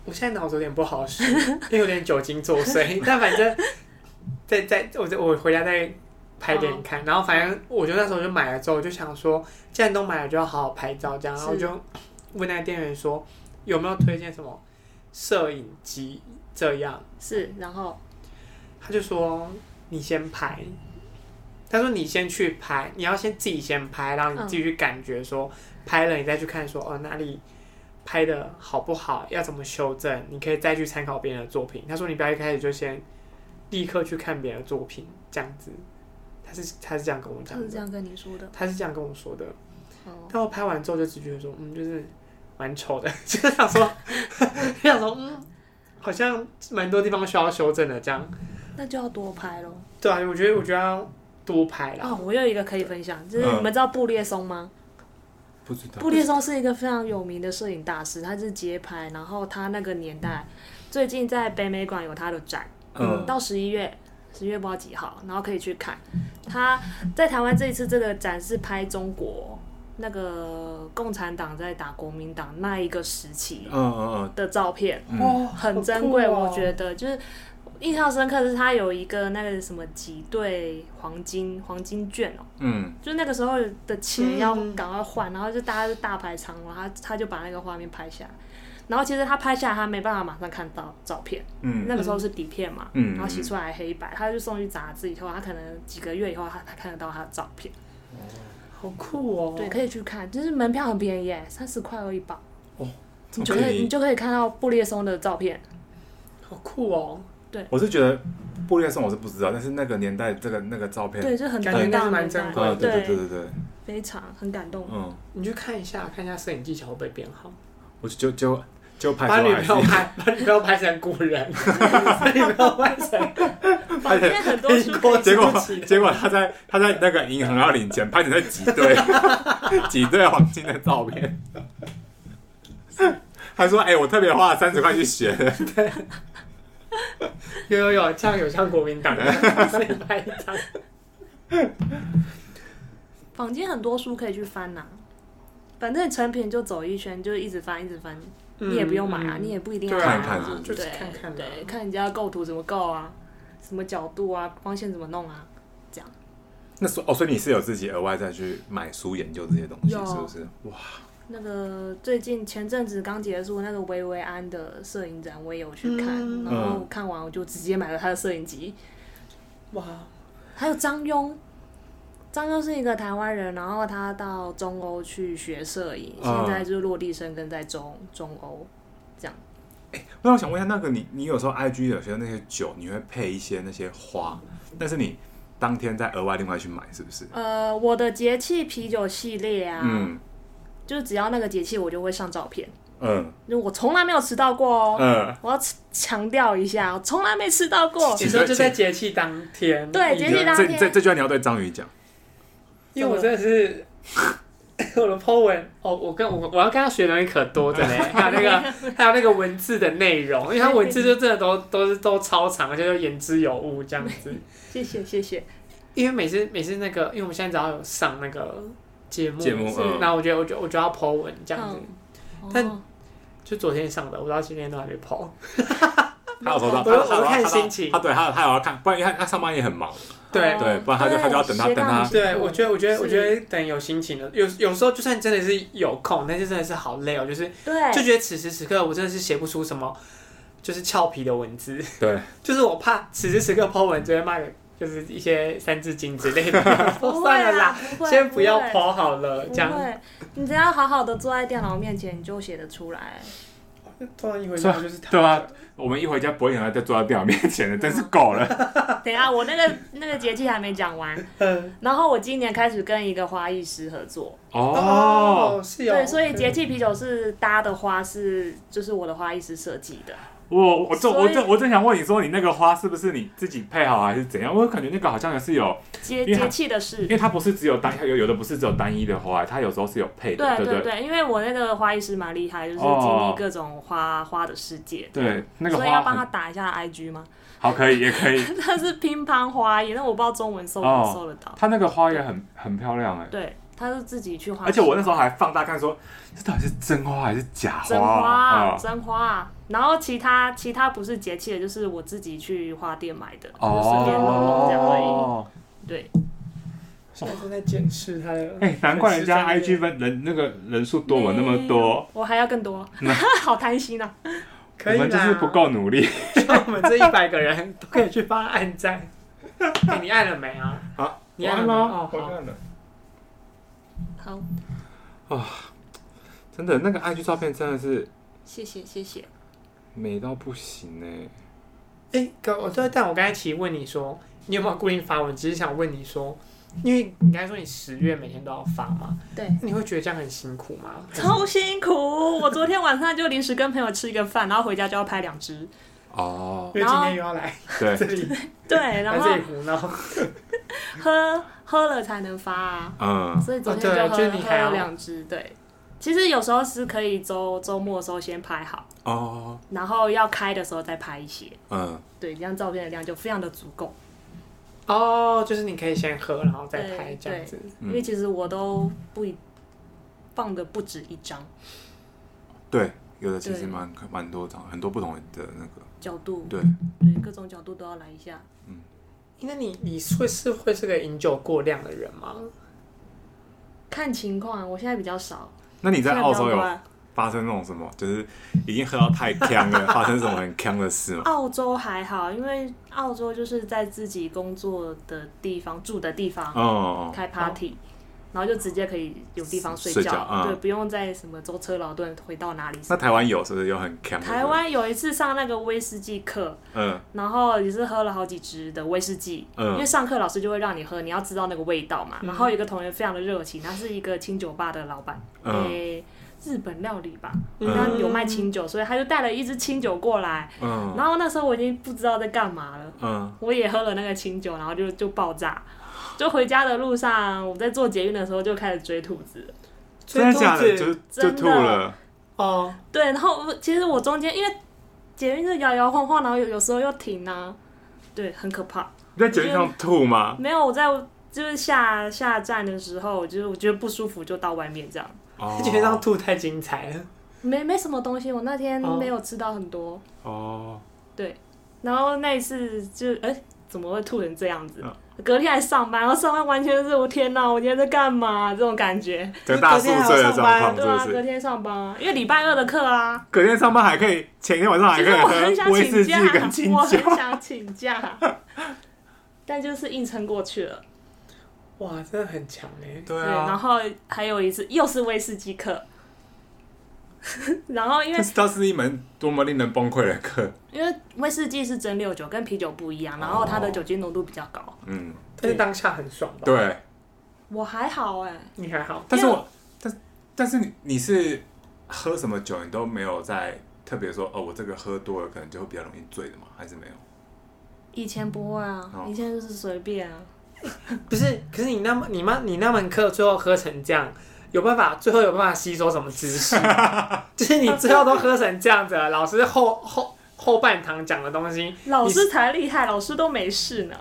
[SPEAKER 1] 我现在脑子有点不好使，因为有点酒精作祟。 但反正在在我在我回家再拍给你看。然后反正我就那时候就买了之后，我就想说，既然都买了，就要好好拍照这样。然后我
[SPEAKER 3] 是
[SPEAKER 1] 就问那个店员说，有没有推荐什么摄影机这样？
[SPEAKER 3] 是，然后
[SPEAKER 1] 他就说你先拍。他说：“你先去拍，你要先自己先拍，然后你自己去感觉说、拍了，你再去看说哦哪里拍的好不好，要怎么修正，你可以再去参考别人的作品。”他说：“你不要一开始就先立刻去看别人的作品，这样子。”他是他是这样跟我
[SPEAKER 3] 他
[SPEAKER 1] 讲
[SPEAKER 3] 是这
[SPEAKER 1] 的，
[SPEAKER 3] 样跟你说的。
[SPEAKER 1] 他是这样跟我说的。
[SPEAKER 3] 哦，
[SPEAKER 1] 但我拍完之后就只觉得说，嗯，就是蛮丑的，就是想说， 就想说，嗯，好像蛮多地方需要修正的这样。
[SPEAKER 3] 那就要多拍喽。
[SPEAKER 1] 对啊，我觉得我觉得要多拍啦。
[SPEAKER 3] 哦，我有一个可以分享，就是
[SPEAKER 2] 嗯
[SPEAKER 3] 你们知道布列松吗？
[SPEAKER 2] 不知道
[SPEAKER 3] 布列松是一个非常有名的摄影大师，他是街拍，然后他那个年代，最近在北美馆有他的展，
[SPEAKER 2] 嗯，
[SPEAKER 3] 到十一月，十月不知道几号，然后可以去看。他在台湾这一次这个展是拍中国那个共产党在打国民党那一个时期
[SPEAKER 2] 嗯嗯
[SPEAKER 3] 的照片，
[SPEAKER 2] 嗯嗯，
[SPEAKER 1] 哦，
[SPEAKER 3] 很珍贵，我觉
[SPEAKER 1] 得。
[SPEAKER 3] 得就是印象深刻的是他有一个那个什么几对黄金黄金券哦、
[SPEAKER 2] 嗯，
[SPEAKER 3] 就那个时候的钱要
[SPEAKER 1] 嗯
[SPEAKER 3] 赶快换，然后就大家就大排长龙，他他就把那个画面拍下来。然后其实他拍下来，他没办法马上看到照片，
[SPEAKER 2] 嗯
[SPEAKER 3] 那个时候是底片嘛，
[SPEAKER 2] 嗯
[SPEAKER 3] 然后洗出来黑白，他就送去杂志以后，他可能几个月以后他才看得到他的照片。
[SPEAKER 1] 好酷哦！
[SPEAKER 3] 对，，可以去看，就是门票很便宜耶，三十块而已吧，
[SPEAKER 2] 哦这
[SPEAKER 3] 你
[SPEAKER 2] 么
[SPEAKER 3] 就可
[SPEAKER 2] 便
[SPEAKER 3] 以你
[SPEAKER 2] 宜。
[SPEAKER 3] 就可以看到布列松的照片。
[SPEAKER 1] 好酷哦！
[SPEAKER 2] 我是觉得布列松我是不知道，但是那个年代这个那个照片，
[SPEAKER 3] 对，就很
[SPEAKER 1] 感觉
[SPEAKER 3] 感
[SPEAKER 1] 应该
[SPEAKER 3] 动
[SPEAKER 1] 是
[SPEAKER 3] 的
[SPEAKER 1] 蛮
[SPEAKER 3] 年
[SPEAKER 1] 珍
[SPEAKER 3] 代
[SPEAKER 1] 贵的
[SPEAKER 2] 啊，对对对对对，
[SPEAKER 3] 非常很感 动。
[SPEAKER 2] 嗯，
[SPEAKER 1] 你去看一下，看一下摄影技巧会不会变好。
[SPEAKER 2] 我就就就拍
[SPEAKER 1] 把
[SPEAKER 2] 出
[SPEAKER 1] 女
[SPEAKER 2] 来
[SPEAKER 1] 朋友拍，把女朋友拍成古人， 把女朋友拍成
[SPEAKER 3] 房间很多书可以
[SPEAKER 2] 结果
[SPEAKER 1] 对不起
[SPEAKER 2] 结果他在他在那个银行要领钱，拍成那 几对几对黄金的照片。他说：“哎、我特别花了三十块去学的，
[SPEAKER 1] 有有有，这样有像国民党的， 所以拍一张。
[SPEAKER 3] 房间很多书可以去翻呐、反正成品就走一圈，就一直翻一直翻，你也不用买啊，
[SPEAKER 1] 嗯
[SPEAKER 3] 你也不一定要
[SPEAKER 1] 对
[SPEAKER 3] 买
[SPEAKER 1] 啊
[SPEAKER 3] 啊，
[SPEAKER 2] 看看是不
[SPEAKER 1] 是
[SPEAKER 3] 对
[SPEAKER 1] 就是看看啊
[SPEAKER 3] 对，看人家构图怎么构啊，什么角度啊，光线怎么弄啊，这样
[SPEAKER 2] 那所哦，所以你是有自己额外再去买书研究这些东西，
[SPEAKER 3] 有
[SPEAKER 2] 是不是？哇，
[SPEAKER 3] 那个最近前阵子刚结束那个薇薇安的摄影展，我也有去看，
[SPEAKER 1] 嗯
[SPEAKER 3] 然后看完我就直接买了他的摄影集。
[SPEAKER 1] 哇，
[SPEAKER 3] 还有张庸，张庸是一个台湾人，然后他到中欧去学摄影，
[SPEAKER 2] 嗯
[SPEAKER 1] 啊
[SPEAKER 3] 现在就是落地生根在中中欧。
[SPEAKER 2] 那我想问一下，那个你你有时候 IG 有些那些酒，你会配一些那些花，但是你当天再额外另外去买，是不是？
[SPEAKER 3] 呃，我的节气啤酒系列啊，
[SPEAKER 2] 嗯
[SPEAKER 3] 就是只要那个节气我就会上照片，
[SPEAKER 2] 嗯
[SPEAKER 3] 就我从来没有迟到过哦。
[SPEAKER 2] 嗯，
[SPEAKER 3] 我要强调一下，我从来没迟到过。
[SPEAKER 1] 你说就在节气当天，
[SPEAKER 3] 对
[SPEAKER 1] 你
[SPEAKER 3] 节气
[SPEAKER 2] 嗯
[SPEAKER 3] 当
[SPEAKER 2] 这
[SPEAKER 3] 天
[SPEAKER 2] 这这句话你要对章鱼讲，
[SPEAKER 1] 因为我真的是我的 po 文哦，我跟我我要跟他学的东西可多的嘞，还有那个还有那个文字的内容，因为他文字就真的都都是都超长，而且都言之有物这样子。
[SPEAKER 3] 谢谢谢谢，
[SPEAKER 1] 因为每次每次那个，因为我们现在只要有上那个节目，
[SPEAKER 2] 节目
[SPEAKER 1] 是
[SPEAKER 2] 嗯
[SPEAKER 1] 然后我觉得我就我就要 po 文这样子，但
[SPEAKER 3] 哦
[SPEAKER 1] 就昨天上的，我到今天都还没 po。
[SPEAKER 2] 他有收到，
[SPEAKER 1] 我
[SPEAKER 2] 他他
[SPEAKER 1] 我
[SPEAKER 2] 他
[SPEAKER 1] 看
[SPEAKER 2] 他
[SPEAKER 1] 心情
[SPEAKER 2] 他对他他有要看，不然他他上班也很忙，
[SPEAKER 1] 对
[SPEAKER 2] 对不然他就他就要等他
[SPEAKER 3] 哦学到
[SPEAKER 2] 等他
[SPEAKER 3] 你辛苦
[SPEAKER 1] 对，我觉得，我觉得，
[SPEAKER 3] 是
[SPEAKER 1] 我觉得等有心情的，有有时候就算真的是有空，但是真的是好累哦，就是
[SPEAKER 3] 对，
[SPEAKER 1] 就觉得此时此刻我真的是写不出什么，就是俏皮的文字，
[SPEAKER 2] 对，
[SPEAKER 1] 就是我怕此时此刻 po 文就会骂人，就是一些三字经之类的，
[SPEAKER 3] 不会
[SPEAKER 1] 算了
[SPEAKER 3] 啦
[SPEAKER 1] 啦，，
[SPEAKER 3] 不会
[SPEAKER 1] 先不要
[SPEAKER 3] 会
[SPEAKER 1] po 好了，这
[SPEAKER 3] 不
[SPEAKER 1] 样。
[SPEAKER 3] 会，你只要好好的坐在电脑面前，你就写得出来。
[SPEAKER 1] 突然一回
[SPEAKER 2] 家
[SPEAKER 1] 就是
[SPEAKER 2] 对啊，我们一回家不会想要再坐在电脑面前的，真是够了。
[SPEAKER 3] 等一下，我那个那个节气还没讲完。
[SPEAKER 1] 嗯，
[SPEAKER 3] 然后我今年开始跟一个花艺师合作，
[SPEAKER 2] 哦，，
[SPEAKER 1] 是哦，
[SPEAKER 3] 对，所以节气啤酒是搭的花是就是我的花艺师设计的。
[SPEAKER 2] 我我正我
[SPEAKER 3] 所以
[SPEAKER 2] 正我正想问你说，你那个花是不是你自己配好还是怎样？我感觉那个好像也是有，因
[SPEAKER 3] 节
[SPEAKER 2] 为它
[SPEAKER 3] 节气的事
[SPEAKER 2] 因，为它不是只有单有有的不是只有单一的花，它有时候是有配的，
[SPEAKER 3] 对
[SPEAKER 2] 对
[SPEAKER 3] 对
[SPEAKER 2] 对
[SPEAKER 3] 对，因为我那个花艺师蛮厉害，就是经
[SPEAKER 2] 哦
[SPEAKER 3] 历各种花花的世界。
[SPEAKER 2] 对，那个
[SPEAKER 3] 所以
[SPEAKER 2] 花
[SPEAKER 3] 要帮他
[SPEAKER 2] 很
[SPEAKER 3] 打一下 IG 吗？
[SPEAKER 2] 好可以也可以，
[SPEAKER 3] 他是乒乓花艺，那我不知道中文搜不
[SPEAKER 2] 哦
[SPEAKER 3] 搜得到。
[SPEAKER 2] 它那个花也很很漂亮 哎。
[SPEAKER 3] 对，他是自己去花市，
[SPEAKER 2] 而且我那时候还放大看说，这到底是真花还是假花？
[SPEAKER 3] 真花
[SPEAKER 2] 啊
[SPEAKER 3] 真花，然后其他其他不是节气的，就是我自己去花店买的，就随便弄弄这样而已。
[SPEAKER 2] 哦，
[SPEAKER 3] 对，
[SPEAKER 1] 现在正在检视他的，
[SPEAKER 2] 哎、难怪 人家 IG 分人那个人数多我那么多，，
[SPEAKER 3] 我还要更多， 好贪心啊！
[SPEAKER 1] 可
[SPEAKER 2] 我
[SPEAKER 1] 以啦
[SPEAKER 2] 们就是不，够努力。
[SPEAKER 1] 像 我们这一百个人都可以去帮他按赞。 哎你按了没啊？
[SPEAKER 2] 啊，
[SPEAKER 1] 你按了吗
[SPEAKER 2] 吗？
[SPEAKER 1] 哦好
[SPEAKER 2] 了。
[SPEAKER 3] 好，
[SPEAKER 2] 真的，那个 IG 照片真的是
[SPEAKER 3] 谢谢谢谢。
[SPEAKER 2] 美到不行哎、
[SPEAKER 1] 哎、哥，我对，但我刚才其实问你说，你有没有固定发文？只是想问你说，因为你刚才说你十月每天都要发嘛，
[SPEAKER 3] 对，
[SPEAKER 1] 你会觉得这样很辛苦吗？
[SPEAKER 3] 超辛苦！我昨天晚上就临时跟朋友吃一个饭，然后回家就要拍两支。
[SPEAKER 2] 哦，
[SPEAKER 1] 因为今天又要来
[SPEAKER 2] 对
[SPEAKER 1] 这，里，
[SPEAKER 3] 对，
[SPEAKER 1] 来
[SPEAKER 3] 然后
[SPEAKER 1] 这里胡闹，
[SPEAKER 3] 喝喝了才能发啊，
[SPEAKER 2] 嗯，
[SPEAKER 3] 所以昨
[SPEAKER 1] 哦
[SPEAKER 3] 天
[SPEAKER 1] 对
[SPEAKER 3] 就喝、
[SPEAKER 1] 就是你
[SPEAKER 3] 喝
[SPEAKER 1] 还要
[SPEAKER 3] 了两支。对，其实有时候是可以周周末的时候先拍好，
[SPEAKER 2] 哦，
[SPEAKER 3] 然后要开的时候再拍一些。
[SPEAKER 2] 嗯，
[SPEAKER 3] 对，这样照片的量就非常的足够。
[SPEAKER 1] 哦，就是你可以先喝，然后再
[SPEAKER 3] 对
[SPEAKER 1] 拍这样子。
[SPEAKER 2] 嗯
[SPEAKER 3] 因为其实我都不一放的不止一张
[SPEAKER 2] 对，有的其实
[SPEAKER 3] 对
[SPEAKER 2] 蛮蛮多张，很多不同的那个，
[SPEAKER 3] 角度，
[SPEAKER 2] 对，
[SPEAKER 3] 对各种角度都要来一下。
[SPEAKER 1] 那你你会是会是个饮酒过量的人吗？
[SPEAKER 3] 看情况，我现在比较少。
[SPEAKER 2] 那你在
[SPEAKER 3] 现
[SPEAKER 2] 澳
[SPEAKER 3] 比较
[SPEAKER 2] 洲有
[SPEAKER 3] 多
[SPEAKER 2] 发生那种什么，就是已经喝到太呛了，发生什么很呛的事 吗？
[SPEAKER 3] 澳洲还好，因为澳洲就是在自己工作的地方住的地方、
[SPEAKER 2] 哦，
[SPEAKER 3] 开 party，、然后就直接可以有地方睡
[SPEAKER 2] 睡觉嗯
[SPEAKER 3] 对，不用再什么舟车劳顿回到哪里。
[SPEAKER 2] 那台湾有是不是有很呛？
[SPEAKER 3] 台，湾有一次上那个威士忌课，
[SPEAKER 2] 嗯
[SPEAKER 3] 然后也是喝了好几支的威士忌，因为
[SPEAKER 2] 嗯，
[SPEAKER 3] 上课老师就会让你喝，你要知道那个味道嘛。
[SPEAKER 1] 嗯
[SPEAKER 3] 然后有一个同学非常的热情，他是一个清酒吧的老板，诶、
[SPEAKER 2] 嗯
[SPEAKER 3] 日本料理吧，
[SPEAKER 2] 嗯
[SPEAKER 3] 他有卖清酒，所以他就带了一支清酒过来。
[SPEAKER 2] 嗯
[SPEAKER 3] 然后那时候我已经不知道在干嘛了，
[SPEAKER 2] 嗯，
[SPEAKER 3] 我也喝了那个清酒，然后就就爆炸。就回家的路上，我在坐捷运的时候就开始追兔子了。
[SPEAKER 2] 真的假的？
[SPEAKER 1] 所以
[SPEAKER 2] 就
[SPEAKER 1] 肚子
[SPEAKER 2] 就
[SPEAKER 3] 真的
[SPEAKER 2] 吐了，
[SPEAKER 1] 哦，
[SPEAKER 3] 对，然后我其实我中间因为捷运是摇摇晃晃，然后有有时候又停啊，对，很可怕。
[SPEAKER 2] 你在捷运上吐 吗？
[SPEAKER 3] 没有，我在就是下下站的时候，就是我觉得不舒服，就到外面这样。
[SPEAKER 2] 哦
[SPEAKER 1] 觉得这样吐太精彩了。
[SPEAKER 3] 没没什么东西，我那天
[SPEAKER 1] 哦
[SPEAKER 3] 没有吃到很多，
[SPEAKER 2] 哦，
[SPEAKER 3] 然后那一次就哎、怎么会吐成这样子？
[SPEAKER 2] 嗯
[SPEAKER 3] 隔天还上班，然后上班完全是我天哪，我今天在干嘛？这种感觉。
[SPEAKER 2] 在大宿醉的状况，
[SPEAKER 3] 对
[SPEAKER 2] 是不
[SPEAKER 3] 啊，隔
[SPEAKER 2] 是？
[SPEAKER 3] 天上班啊，因为礼拜二的 课啊。
[SPEAKER 2] 隔天上班还可以，前一天晚上还
[SPEAKER 3] 其
[SPEAKER 2] 可
[SPEAKER 3] 实我很
[SPEAKER 2] 以
[SPEAKER 3] 想
[SPEAKER 2] 喝啊威
[SPEAKER 3] 请
[SPEAKER 2] 士忌
[SPEAKER 3] 假啊
[SPEAKER 2] 跟，清
[SPEAKER 3] 我
[SPEAKER 2] 酒
[SPEAKER 3] 很。想请假， 但就是硬撑过去了。
[SPEAKER 1] 哇，真的很强哎！
[SPEAKER 2] 对
[SPEAKER 3] 对，然
[SPEAKER 2] 啊，
[SPEAKER 3] 后还有一次又是威士忌课， 然后因为
[SPEAKER 2] 这是它是一门多么令人崩溃的课。
[SPEAKER 3] 因为威士忌是蒸馏酒，跟啤酒不一
[SPEAKER 2] 哦
[SPEAKER 3] 样，然后它的酒精浓度比较高。
[SPEAKER 2] 嗯，
[SPEAKER 1] 但是当下很爽吧？，
[SPEAKER 2] 对。
[SPEAKER 3] 我还好哎、
[SPEAKER 1] 你还好。
[SPEAKER 2] 但是我，但但是你你是喝什么酒，你都没有在特别说哦，我这个喝多了可能就会比较容易醉的嘛，还是没有？
[SPEAKER 3] 以前不会啊，
[SPEAKER 2] 哦
[SPEAKER 3] 以前就是随便啊。
[SPEAKER 1] 不是，可是你那么你妈你那门课最后喝成这样，有办法最后有办法吸收什么知 识？就是你最后都喝成这样子了，老师后后后半堂讲的东西，
[SPEAKER 3] 老师才厉害，老师都没事呢。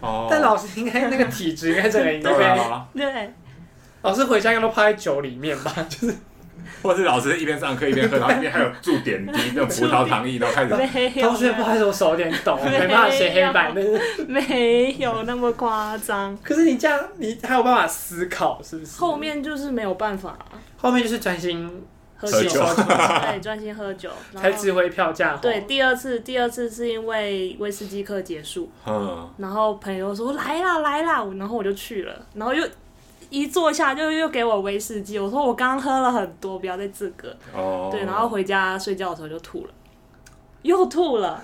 [SPEAKER 2] 哦
[SPEAKER 1] 但老师应该那个体质应该整个人应该
[SPEAKER 2] 对
[SPEAKER 1] 被
[SPEAKER 2] 啊，
[SPEAKER 3] 对，
[SPEAKER 1] 老师回家应该都泡在酒里面吧？
[SPEAKER 2] 或者是老师一边上课一边喝，然后一边还有注 点滴那种葡萄糖液，然后开始
[SPEAKER 3] 没有
[SPEAKER 1] 同学不好意思，我手有点 抖，
[SPEAKER 3] 没
[SPEAKER 1] 没办法写黑板。
[SPEAKER 3] 啊有
[SPEAKER 1] 但是
[SPEAKER 3] 没有那么夸张。
[SPEAKER 1] 可是你这样，你还有办法思考是不是？
[SPEAKER 3] 后面就是没有办法、
[SPEAKER 1] 后面就是专心
[SPEAKER 3] 喝
[SPEAKER 2] 喝
[SPEAKER 3] 酒
[SPEAKER 2] 酒，
[SPEAKER 3] 对，专心喝酒。然
[SPEAKER 1] 才
[SPEAKER 3] 后
[SPEAKER 1] 指挥票价。
[SPEAKER 3] 对，，第二次，第二次是因为威士忌课结束，
[SPEAKER 2] 嗯，
[SPEAKER 3] 然后朋友说来啦来啦，然后我就去了，然后又一坐下就又给我威士忌，我说我刚喝了很多，不要再这个。
[SPEAKER 2] 哦，
[SPEAKER 3] 对，然后回家睡觉的时候就吐了， 又吐了，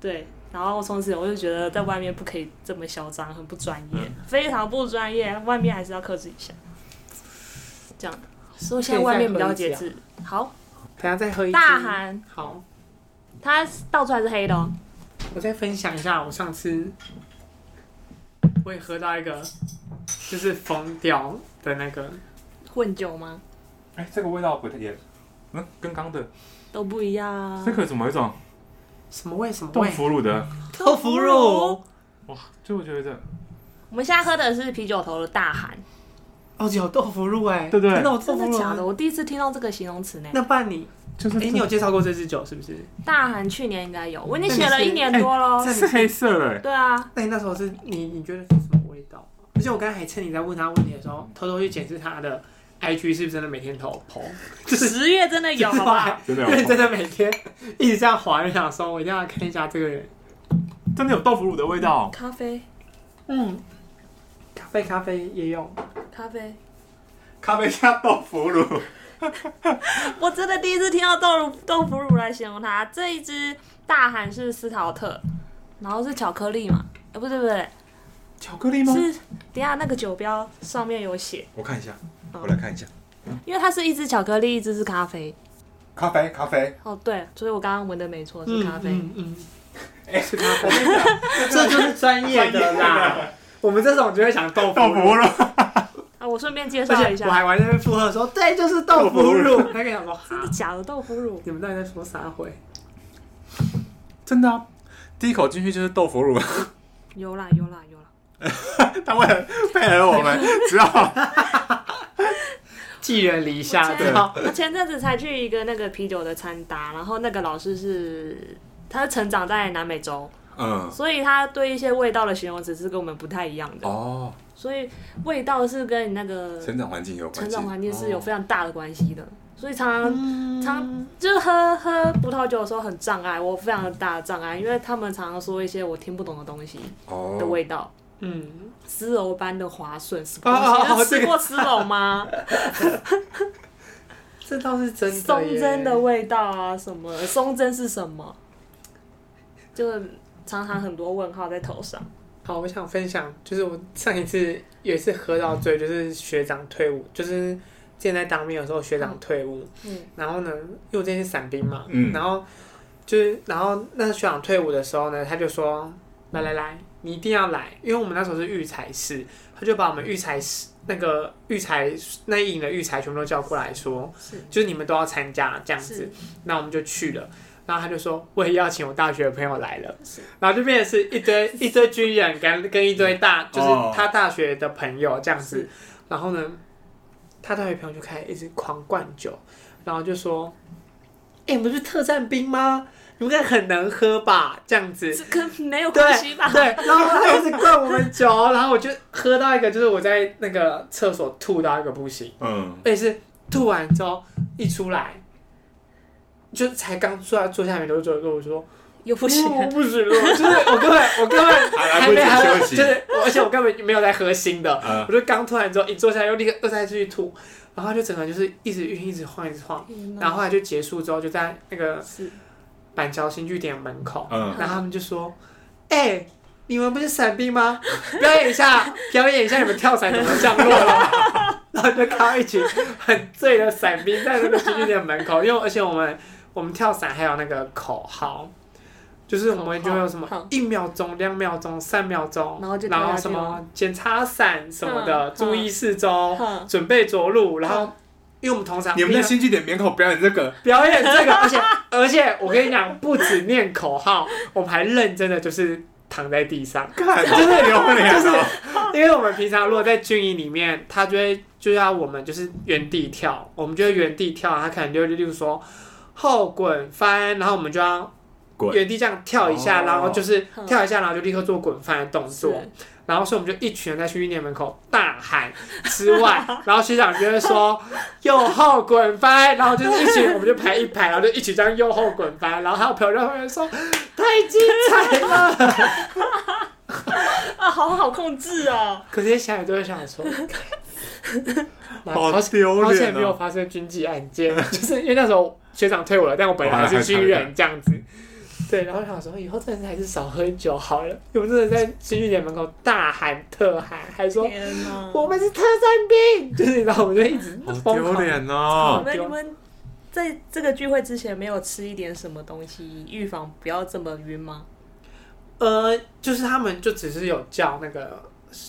[SPEAKER 3] 对，然后从此我就觉得在外面不可以这么嚣张，很不专业，
[SPEAKER 1] 嗯
[SPEAKER 3] 非常不专业，外面还是要克制一下，这样。所以现在外面比较节制。好，
[SPEAKER 1] 等一下再喝一支
[SPEAKER 3] 大。韩
[SPEAKER 1] 好，
[SPEAKER 3] 它到处还是黑的、哦，
[SPEAKER 1] 我再分享一下，我上次我也喝到一个就是疯掉的那个，
[SPEAKER 3] 混酒吗？
[SPEAKER 2] 哎，这个味道不太也，嗯，跟刚的
[SPEAKER 3] 都不一样啊
[SPEAKER 2] 这。个怎么有一种
[SPEAKER 1] 什么味什么
[SPEAKER 2] 豆
[SPEAKER 1] 味？
[SPEAKER 2] 腐乳的？
[SPEAKER 1] 豆腐乳。
[SPEAKER 2] 哇，就我觉得，
[SPEAKER 3] 我们现在喝的是啤酒头的大韩，
[SPEAKER 1] 哦，有豆腐乳哎，
[SPEAKER 2] 对不对
[SPEAKER 1] 真的有豆
[SPEAKER 3] 真
[SPEAKER 1] 腐
[SPEAKER 3] 的
[SPEAKER 1] 乳
[SPEAKER 3] 假
[SPEAKER 1] 啊
[SPEAKER 3] 的？。我第一次听到这个形容词呢。
[SPEAKER 1] 那伴你，
[SPEAKER 2] 就是
[SPEAKER 1] 哎，你有介绍过这支酒是不是？
[SPEAKER 3] 大韩去年应该有，我已经
[SPEAKER 1] 那
[SPEAKER 3] 写
[SPEAKER 1] 你
[SPEAKER 3] 了
[SPEAKER 1] 是哎
[SPEAKER 3] 一年多喽。
[SPEAKER 1] 在
[SPEAKER 2] 是黑色的 欸，
[SPEAKER 3] 对啊，
[SPEAKER 1] 哎那你那时候是你你觉得是什么味道？而且我刚才还趁你在问他问题的时候，偷偷去检视他的 IG 是不是真的每天都有 po，就是
[SPEAKER 3] 十月真的有，好不好？
[SPEAKER 2] 真的有
[SPEAKER 1] 认真的每天一直这样滑，就想说我一定要看一下这个人。
[SPEAKER 2] 真的有豆腐乳的味道，
[SPEAKER 3] 咖啡，
[SPEAKER 1] 嗯，咖啡咖啡也有，
[SPEAKER 3] 咖啡。
[SPEAKER 2] 咖啡加豆腐乳，
[SPEAKER 3] 我真的第一次听到豆乳豆腐乳来形容它。这一只大韩是斯考特，然后是巧克力嘛？哎、不对不对，
[SPEAKER 2] 巧克力吗？
[SPEAKER 3] 是等一下那个酒标上面有写，
[SPEAKER 2] 我看一下，
[SPEAKER 3] 嗯
[SPEAKER 2] 我来看一下，
[SPEAKER 3] 因为它是一只巧克力，一只是咖啡。
[SPEAKER 2] 咖啡，咖啡，
[SPEAKER 3] 哦，对，所以我刚刚闻的没错，是咖啡。
[SPEAKER 1] 嗯嗯， 哎、是咖啡， 这就是专业的啦。我们这种就会想豆腐
[SPEAKER 2] 豆
[SPEAKER 1] 乳，
[SPEAKER 2] 腐乳，
[SPEAKER 3] 啊，我顺便介绍
[SPEAKER 1] 而
[SPEAKER 3] 一
[SPEAKER 1] 且
[SPEAKER 3] 下
[SPEAKER 1] 我，还玩在那边附和说，对，就是豆腐乳。他跟你讲说，
[SPEAKER 3] 真的
[SPEAKER 1] 哈，
[SPEAKER 3] 假的豆腐乳？
[SPEAKER 1] 你们到底在说啥会？
[SPEAKER 2] 真的啊，第一口进去就是豆腐乳，
[SPEAKER 3] 有啦有啦有啦，
[SPEAKER 2] 他为了配合我 们，只好
[SPEAKER 1] 寄人篱下，
[SPEAKER 3] 我
[SPEAKER 1] 对
[SPEAKER 2] 前
[SPEAKER 1] 吧？
[SPEAKER 3] 我前阵子才去一个那个啤酒的餐搭，然后那个老师是他成长在南美洲，
[SPEAKER 2] 嗯，
[SPEAKER 3] 所以他对一些味道的形容词是跟我们不太一样的，
[SPEAKER 2] 哦，
[SPEAKER 3] 所以味道是跟你那个
[SPEAKER 2] 成长环境有关
[SPEAKER 3] 成
[SPEAKER 2] 系，
[SPEAKER 3] 长环境是有
[SPEAKER 2] 哦
[SPEAKER 3] 非常大的关系的，所以常常、
[SPEAKER 1] 嗯
[SPEAKER 3] 常就是喝喝葡萄酒的时候很障碍，我非常大的障碍，因为他们常常说一些我听不懂的东西
[SPEAKER 2] 哦
[SPEAKER 3] 的味道，
[SPEAKER 1] 嗯，
[SPEAKER 3] 丝藕般的滑 顺，什
[SPEAKER 1] 哦哦
[SPEAKER 3] 么
[SPEAKER 1] 哦
[SPEAKER 3] 东西？
[SPEAKER 1] 这个
[SPEAKER 3] 你吃过丝藕 吗？
[SPEAKER 1] 这倒是真的耶。
[SPEAKER 3] 松针的味道啊，什么松针是什么？就常常很多问号在头上。
[SPEAKER 1] 好，我想分享，就是我上一次有一次喝到醉，就是学长退伍，就是之前在当兵的时候，学长退伍，
[SPEAKER 3] 嗯，
[SPEAKER 1] 然后呢，因为我之前是伞兵嘛，
[SPEAKER 2] 嗯
[SPEAKER 1] 然后就是然后那学长退伍的时候呢，他就说来来来，你一定要来，因为我们那时候是育才室，他就把我们育才室那个育才那一营的育才全部都叫过来说，
[SPEAKER 3] 是
[SPEAKER 1] 就是你们都要参加这样子
[SPEAKER 3] 是，
[SPEAKER 1] 那我们就去了。然后他就说，我也邀请我大学的朋友来了
[SPEAKER 3] 是，
[SPEAKER 1] 然后就变成是一 堆一堆军人跟跟一堆大，就是
[SPEAKER 2] 哦
[SPEAKER 1] 他大学的朋友这样子。然后呢，他大学朋友就开始一直狂灌酒，然后就说：“哎、你们不是特战兵吗？你们应该很能喝吧？这样子，
[SPEAKER 3] 这跟没有关系
[SPEAKER 1] 对
[SPEAKER 3] 吧？
[SPEAKER 1] 对，然后他一直灌我们 酒，然后我就喝到一个，就是我在那个厕所吐到一个不行，
[SPEAKER 2] 嗯，
[SPEAKER 1] 而且是吐完之后一出来，就才刚坐在坐下面多久，跟我说
[SPEAKER 3] 又不行，
[SPEAKER 1] 我不行了，就是我根本我根本
[SPEAKER 2] 还来
[SPEAKER 1] 还
[SPEAKER 2] 不
[SPEAKER 1] 没还
[SPEAKER 2] 及
[SPEAKER 1] 没
[SPEAKER 2] 休
[SPEAKER 1] 就
[SPEAKER 2] 息，
[SPEAKER 1] 是我而且我根本没有在喝新的，
[SPEAKER 2] 呃，
[SPEAKER 1] 我就刚吐完之后一坐下来又立刻又再继续吐，然后就整个就是一直晕，一直晃，一直晃，
[SPEAKER 3] 天哪
[SPEAKER 1] 然后后来就结束之后就在那个
[SPEAKER 3] 是
[SPEAKER 1] 板桥新据点门口，
[SPEAKER 2] 嗯
[SPEAKER 1] 然后他们就说：“哎、你们不是伞兵吗？ 表演一下，表演一下你们跳伞怎么降落 了。”然后就看到一群很醉的伞兵在那个新据点门口，因为而且我们我们跳伞还有那个口号，就是我们就会有什么
[SPEAKER 3] 口号
[SPEAKER 1] 一秒钟、两秒钟、三秒钟，
[SPEAKER 3] 然后就
[SPEAKER 1] 然
[SPEAKER 3] 跳
[SPEAKER 1] 后
[SPEAKER 3] 下去
[SPEAKER 1] 什
[SPEAKER 3] 了
[SPEAKER 1] 么检查伞什么
[SPEAKER 3] 嗯
[SPEAKER 1] 的，
[SPEAKER 3] 嗯
[SPEAKER 1] 注意四周，
[SPEAKER 3] 哼
[SPEAKER 1] 准备着陆，然后
[SPEAKER 3] 嗯
[SPEAKER 1] 因为我们通常
[SPEAKER 2] 你们在新据点门口表演这 个，
[SPEAKER 1] 表演这个，而且而且我跟你讲，不止念口号，我们还认真的就是躺在地上，
[SPEAKER 2] 看，真的流
[SPEAKER 1] 就是
[SPEAKER 2] 脸 哦，
[SPEAKER 1] 因为我们平常如果在军营里面，他就会就要我们就是原地跳，我们就会原地跳，他可能就例如说后滚翻，然后我们就要
[SPEAKER 2] 滚，
[SPEAKER 1] 原地这样跳一下，
[SPEAKER 2] 哦
[SPEAKER 1] 然后就是
[SPEAKER 3] 嗯
[SPEAKER 1] 跳一下，然后就立刻做滚翻的动作。
[SPEAKER 3] 是
[SPEAKER 1] 然后所以我们就一群人在训训店门口大喊之 外，然后学长就会说右后滚翻，然后就是一起我们就排一排，然后就一起这样右后滚翻，然后还有朋友在后面说太精彩了，
[SPEAKER 3] 啊，好好控制哦。
[SPEAKER 1] 可是现在想来都会想 说，妈
[SPEAKER 2] 好
[SPEAKER 1] 好
[SPEAKER 2] 丢
[SPEAKER 1] 好险
[SPEAKER 2] 脸
[SPEAKER 1] 没有
[SPEAKER 2] 哦，
[SPEAKER 1] 发生军纪案件， 就是因为那时候学长退伍了，但我本来还是军人这样子。对，然后想说以后真的是还是少喝酒好了。我们真的在军训点门口大喊特喊，还说
[SPEAKER 3] 天啊哪！
[SPEAKER 1] 我们是特战兵， 就是你知道，我们就一直疯
[SPEAKER 2] 好
[SPEAKER 1] 狂。
[SPEAKER 2] 丢脸啊哦，
[SPEAKER 3] 那你们在这个聚会之前没有吃一点什么东西预防不要这么晕吗？
[SPEAKER 1] 呃，就是他们就只是有叫那个，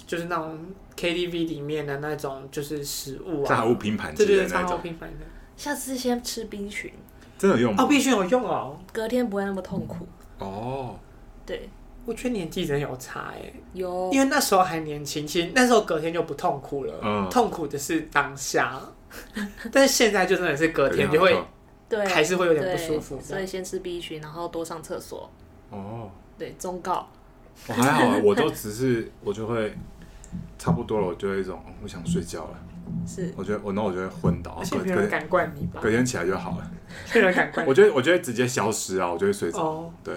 [SPEAKER 1] 就是那种 KTV 里面的那种，就是食物
[SPEAKER 2] 炸
[SPEAKER 1] 啊，
[SPEAKER 2] 物拼盘之
[SPEAKER 1] 对对
[SPEAKER 2] 类
[SPEAKER 1] 对，
[SPEAKER 2] 的
[SPEAKER 1] 炸
[SPEAKER 2] 那
[SPEAKER 1] 物
[SPEAKER 2] 种，
[SPEAKER 1] 拼盘的。
[SPEAKER 3] 下次先吃冰群，
[SPEAKER 2] 真的有用吗
[SPEAKER 1] 哦，？必须有用哦。
[SPEAKER 3] 隔天不会那么痛苦。
[SPEAKER 2] 哦，
[SPEAKER 3] 对，
[SPEAKER 1] 我觉得年纪真的有差哎、
[SPEAKER 3] 有
[SPEAKER 1] 因为那时候还年轻，其实那时候隔天就不痛苦了，
[SPEAKER 2] 嗯
[SPEAKER 1] 痛苦的是当下。 但是现在就真的是隔天
[SPEAKER 2] 啊
[SPEAKER 1] 就会
[SPEAKER 3] 对
[SPEAKER 1] 还是会有点不
[SPEAKER 3] 对
[SPEAKER 1] 舒服这
[SPEAKER 3] 所
[SPEAKER 1] 样
[SPEAKER 3] 以先吃 B 群，然后多上厕所。
[SPEAKER 2] 哦。
[SPEAKER 3] 对，忠告。
[SPEAKER 2] 我还好啊， 我都只是我就会差不多了，我就会一种我想睡觉了，
[SPEAKER 3] 是
[SPEAKER 2] 我觉得我那我就会昏倒，
[SPEAKER 1] 而且
[SPEAKER 2] 隔
[SPEAKER 1] 哦没有人
[SPEAKER 2] 隔天
[SPEAKER 1] 敢灌你吧
[SPEAKER 2] 隔？天起来就好了。
[SPEAKER 1] 没有人敢灌你
[SPEAKER 2] 我觉得我就会直接消失啊，我就会睡着。
[SPEAKER 1] 哦。
[SPEAKER 2] 对，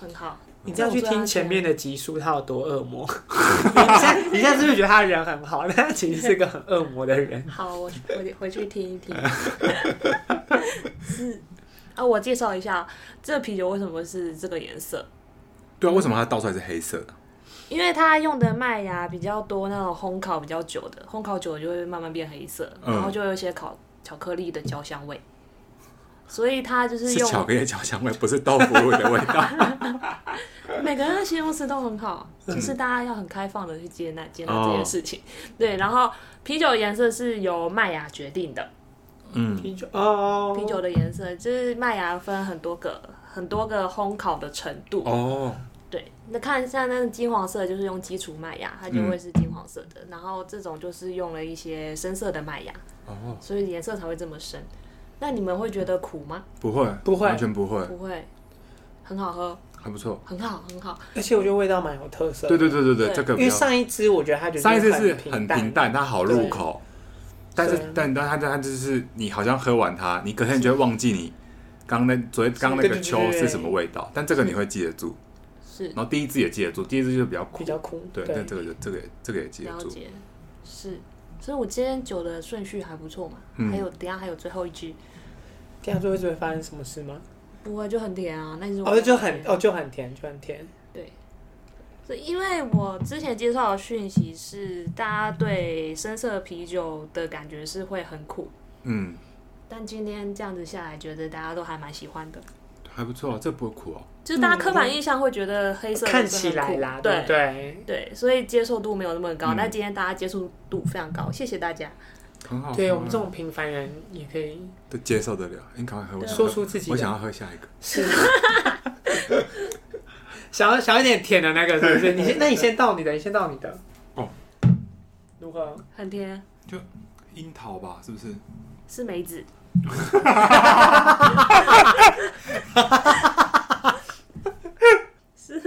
[SPEAKER 3] 很好。
[SPEAKER 1] 你这样去听前面的集数，他有多恶 魔？你现在你现在是不是觉得他人很好？ 但他其实是个很恶魔的人。
[SPEAKER 3] 好，我我回去听一听。是啊，我介绍一下这啤酒为什么是这个颜色，
[SPEAKER 2] 对啊，为什么它倒出来是黑色的？
[SPEAKER 3] 因为它用的麦芽比较多，那种烘烤比较久的，烘烤久了就会慢慢变黑色，
[SPEAKER 2] 嗯
[SPEAKER 3] 然后就会有一些烤巧克力的焦香味，所以它就是
[SPEAKER 2] 是
[SPEAKER 3] 用
[SPEAKER 2] 巧克力的焦香味，不是豆腐乳的味 道。
[SPEAKER 3] 每个人的形容词都很好，就是大家要很开放的去接纳接纳这
[SPEAKER 2] 哦
[SPEAKER 3] 件事情。对，然后啤酒的颜色是由麦芽决定的，
[SPEAKER 2] 嗯，
[SPEAKER 1] 啤酒哦，
[SPEAKER 3] 啤酒的颜色就是麦芽分很多个很多个烘烤的程度。
[SPEAKER 2] 哦，
[SPEAKER 3] 对，那看一下那个金黄色，就是用基础麦芽，它就会是金黄色的。然后这种就是用了一些深色的麦芽，
[SPEAKER 2] 哦，
[SPEAKER 3] 所以颜色才会这么深。那你们会觉得苦吗？
[SPEAKER 2] 不会，
[SPEAKER 1] 不会
[SPEAKER 2] 完全不会，
[SPEAKER 3] 不会，很好喝，
[SPEAKER 2] 还不错。
[SPEAKER 3] 很好，很好。
[SPEAKER 1] 而且我觉得味道蛮有特色的
[SPEAKER 2] 对。对对对
[SPEAKER 3] 对
[SPEAKER 2] 对，这个
[SPEAKER 1] 因
[SPEAKER 2] 比
[SPEAKER 1] 为
[SPEAKER 2] 较。
[SPEAKER 1] 上一支我觉得它就是
[SPEAKER 2] 上一次是
[SPEAKER 1] 很
[SPEAKER 2] 很平淡，它好入口，但是
[SPEAKER 1] 对
[SPEAKER 2] 但但它它就是你好像喝完它，你隔天就会忘记你刚那昨天刚那
[SPEAKER 1] 对
[SPEAKER 2] 个
[SPEAKER 1] 对对
[SPEAKER 2] 秋
[SPEAKER 1] 对
[SPEAKER 2] 是什么味道，但这个你会记得住。
[SPEAKER 3] 是
[SPEAKER 2] 然后第一支也记得住，第一支就是比较苦
[SPEAKER 1] 比，较苦。
[SPEAKER 2] 对，但这个就这个也这个也记得
[SPEAKER 3] 了
[SPEAKER 2] 住。
[SPEAKER 3] 解，是。所以我今天酒的顺序还不错嘛，
[SPEAKER 2] 嗯
[SPEAKER 3] 还有等一下还有最后一句，
[SPEAKER 1] 这样就会会发生什么事吗？
[SPEAKER 3] 不会就很甜啊，那是我
[SPEAKER 1] 哦，就很哦就很甜，就很甜。
[SPEAKER 3] 对。所以因为我之前接受的讯息是，大家对深色啤酒的感觉是会很苦，
[SPEAKER 2] 嗯，
[SPEAKER 3] 但今天这样子下来，觉得大家都还蛮喜欢的。
[SPEAKER 2] 还不错，这不会苦哦。
[SPEAKER 3] 就是大家刻板印象会觉得黑色
[SPEAKER 1] 嗯
[SPEAKER 3] 的
[SPEAKER 1] 看
[SPEAKER 3] 是
[SPEAKER 1] 起
[SPEAKER 3] 很
[SPEAKER 1] 来
[SPEAKER 3] 苦
[SPEAKER 1] 啦，对
[SPEAKER 3] 对
[SPEAKER 1] 不对？
[SPEAKER 3] 对，所以接受度没有那么高。
[SPEAKER 2] 嗯
[SPEAKER 3] 但今天大家接受度非常高，谢谢大家。
[SPEAKER 2] 很好喝啊，
[SPEAKER 1] 对我们这种平凡人也可以
[SPEAKER 2] 都接受得了。你赶快喝，我想
[SPEAKER 1] 说
[SPEAKER 2] 喝
[SPEAKER 1] 出自己
[SPEAKER 2] 我
[SPEAKER 1] 的
[SPEAKER 2] 想要喝下一个。
[SPEAKER 1] 是。想要想要一点甜的那个 是不是？你先，那你先倒你的，你先倒你的。
[SPEAKER 2] 哦，
[SPEAKER 1] 如何？
[SPEAKER 3] 很甜，
[SPEAKER 2] 樱桃吧，是不是？
[SPEAKER 3] 是梅子。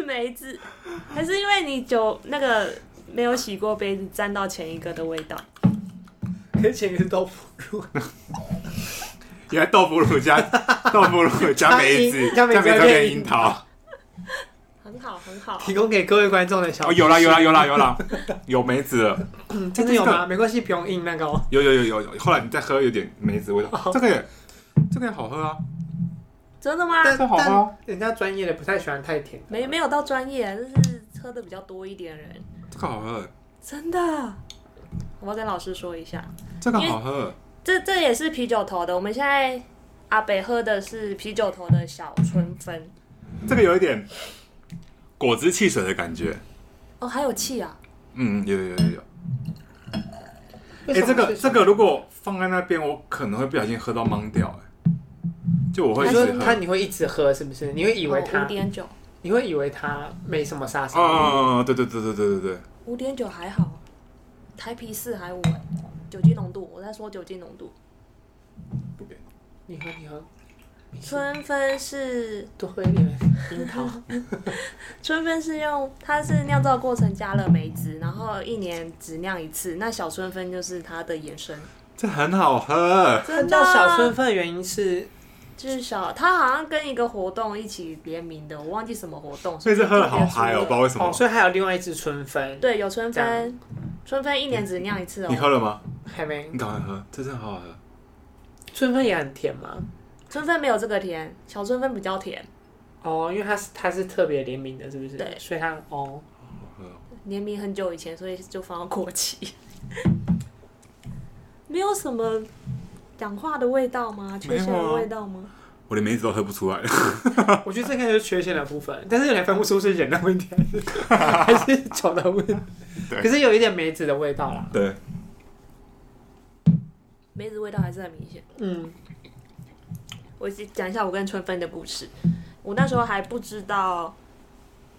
[SPEAKER 3] 杯子，还是因为你酒那个没有洗过杯子，沾到前一个的味道？
[SPEAKER 1] 跟前一个豆腐乳，
[SPEAKER 2] 原来豆腐 乳加豆腐乳加梅子，
[SPEAKER 1] 加
[SPEAKER 2] 加
[SPEAKER 1] 梅
[SPEAKER 2] 梅
[SPEAKER 1] 子
[SPEAKER 2] 子
[SPEAKER 1] 跟
[SPEAKER 2] 跟
[SPEAKER 1] 樱
[SPEAKER 2] 樱桃。
[SPEAKER 3] 很好，很好。
[SPEAKER 1] 提供给各位观众的小
[SPEAKER 2] 哦，有啦有啦有啦 有啦，有梅子了，
[SPEAKER 1] 嗯真的有吗？没关系，不用硬那个哦。
[SPEAKER 2] 有有有有有。后来你再喝有点梅子味道，这个也这个也好喝啊，
[SPEAKER 3] 真的吗？
[SPEAKER 1] 但
[SPEAKER 2] 这好喝啊，
[SPEAKER 1] 人家专业的不太喜欢太甜，
[SPEAKER 3] 没没有到专业，啊就是喝的比较多一点的人，
[SPEAKER 2] 这个好喝，
[SPEAKER 3] 真的。我要跟老师说一下，
[SPEAKER 2] 这个好喝，
[SPEAKER 3] 这这也是啤酒头的。我们现在阿北喝的是啤酒头的小春分
[SPEAKER 2] 这个有一点果汁汽水的感觉。
[SPEAKER 3] 哦，还有气啊，
[SPEAKER 2] 嗯，有有有有有。
[SPEAKER 1] 哎
[SPEAKER 2] 哎、这个这个如果放在那边，我可能会不小心喝到懵掉、哎，就我会
[SPEAKER 1] 你
[SPEAKER 2] 一
[SPEAKER 1] 说
[SPEAKER 2] 直
[SPEAKER 1] 它
[SPEAKER 2] 喝。
[SPEAKER 1] 你会一直喝是不是？你会以为
[SPEAKER 3] 哦五
[SPEAKER 1] 它，
[SPEAKER 3] 点九，
[SPEAKER 1] 你会以为它没什么杀
[SPEAKER 2] 哦哦
[SPEAKER 1] 伤力。
[SPEAKER 2] 哦哦，对对对对对对对，
[SPEAKER 3] 五点九还好，台啤四还五哎，酒精浓度，我在说酒精浓度。
[SPEAKER 2] 不给。
[SPEAKER 1] 你喝你喝，
[SPEAKER 3] 春分是
[SPEAKER 1] 多喝一点樱桃。
[SPEAKER 3] 春分是用它是酿造过程加了梅子，然后一年只酿一次，那小春分就是它的延伸。
[SPEAKER 2] 这很好喝，
[SPEAKER 1] 它
[SPEAKER 3] 真的啊
[SPEAKER 1] 叫小春分的原因是，
[SPEAKER 3] 就是小，它好像跟一个活动一起联名的，我忘记什么活动。
[SPEAKER 2] 所以这喝的好嗨哦，不
[SPEAKER 3] 特别出
[SPEAKER 2] 知道为什么。
[SPEAKER 1] 哦，所以还有另外一支春分
[SPEAKER 3] 对，有春
[SPEAKER 1] 这
[SPEAKER 3] 分，春分一年只酿一次哦。
[SPEAKER 2] 你喝了吗？
[SPEAKER 1] 还没
[SPEAKER 2] 你。赶快喝，这真的好好喝。
[SPEAKER 1] 春分也很甜嘛。
[SPEAKER 3] 春分没有这个甜，小春分比较甜，
[SPEAKER 1] 哦，因为它是它是特别联名的，是不是？
[SPEAKER 3] 对
[SPEAKER 1] 所以它哦，
[SPEAKER 3] 联名很久以前，所以就放到过期。 没有什么氧化的味道吗？缺陷
[SPEAKER 2] 没有
[SPEAKER 3] 的
[SPEAKER 2] 啊
[SPEAKER 3] 味道吗？
[SPEAKER 2] 我连梅子都喝不出来，
[SPEAKER 1] 我觉得这应该就是缺陷的部分，但是有点分不出是人的问题还是还是酒的问题。
[SPEAKER 2] 对
[SPEAKER 1] 可是有一点梅子的味道啦。
[SPEAKER 2] 对，
[SPEAKER 3] 梅子味道还是很明显。
[SPEAKER 1] 嗯，
[SPEAKER 3] 我先讲一下我跟春分的故事。我那时候还不知道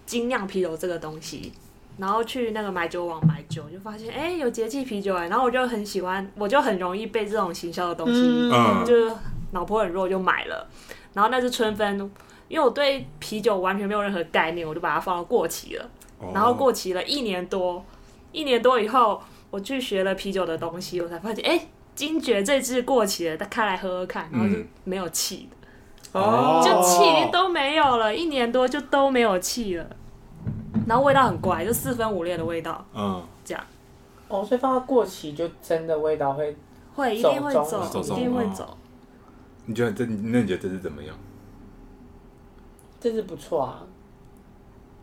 [SPEAKER 3] 精酿啤酒这个东西，然后去那个买酒网买酒，就发现哎、有节气啤酒哎、然后我就很喜欢，我就很容易被这种行销的东西，
[SPEAKER 2] 嗯
[SPEAKER 3] 就是脑波很弱就买了。然后那是春分，因为我对啤酒完全没有任何概念，我就把它放到过期了。
[SPEAKER 2] 哦
[SPEAKER 3] 然后过期了一年多，一年多以后，我去学了啤酒的东西，我才发现，哎、惊觉这支过期了，开来喝喝看，然后就
[SPEAKER 2] 嗯
[SPEAKER 3] 没有气的，
[SPEAKER 1] 哦，
[SPEAKER 3] 就气已经都没有了，一年多就都没有气了，然后味道很怪，就四分五裂的味道，
[SPEAKER 2] 嗯，
[SPEAKER 3] 这样
[SPEAKER 1] 哦，所以放到过期就真的味道会
[SPEAKER 3] 会一
[SPEAKER 1] 走
[SPEAKER 3] 定会
[SPEAKER 1] 中
[SPEAKER 3] 走，
[SPEAKER 2] 走
[SPEAKER 3] 一
[SPEAKER 2] 中
[SPEAKER 3] 定会
[SPEAKER 1] 嗯
[SPEAKER 2] 哦
[SPEAKER 3] 走。
[SPEAKER 2] 你觉得这那你觉得这是怎么 样？
[SPEAKER 1] 这是不错啊。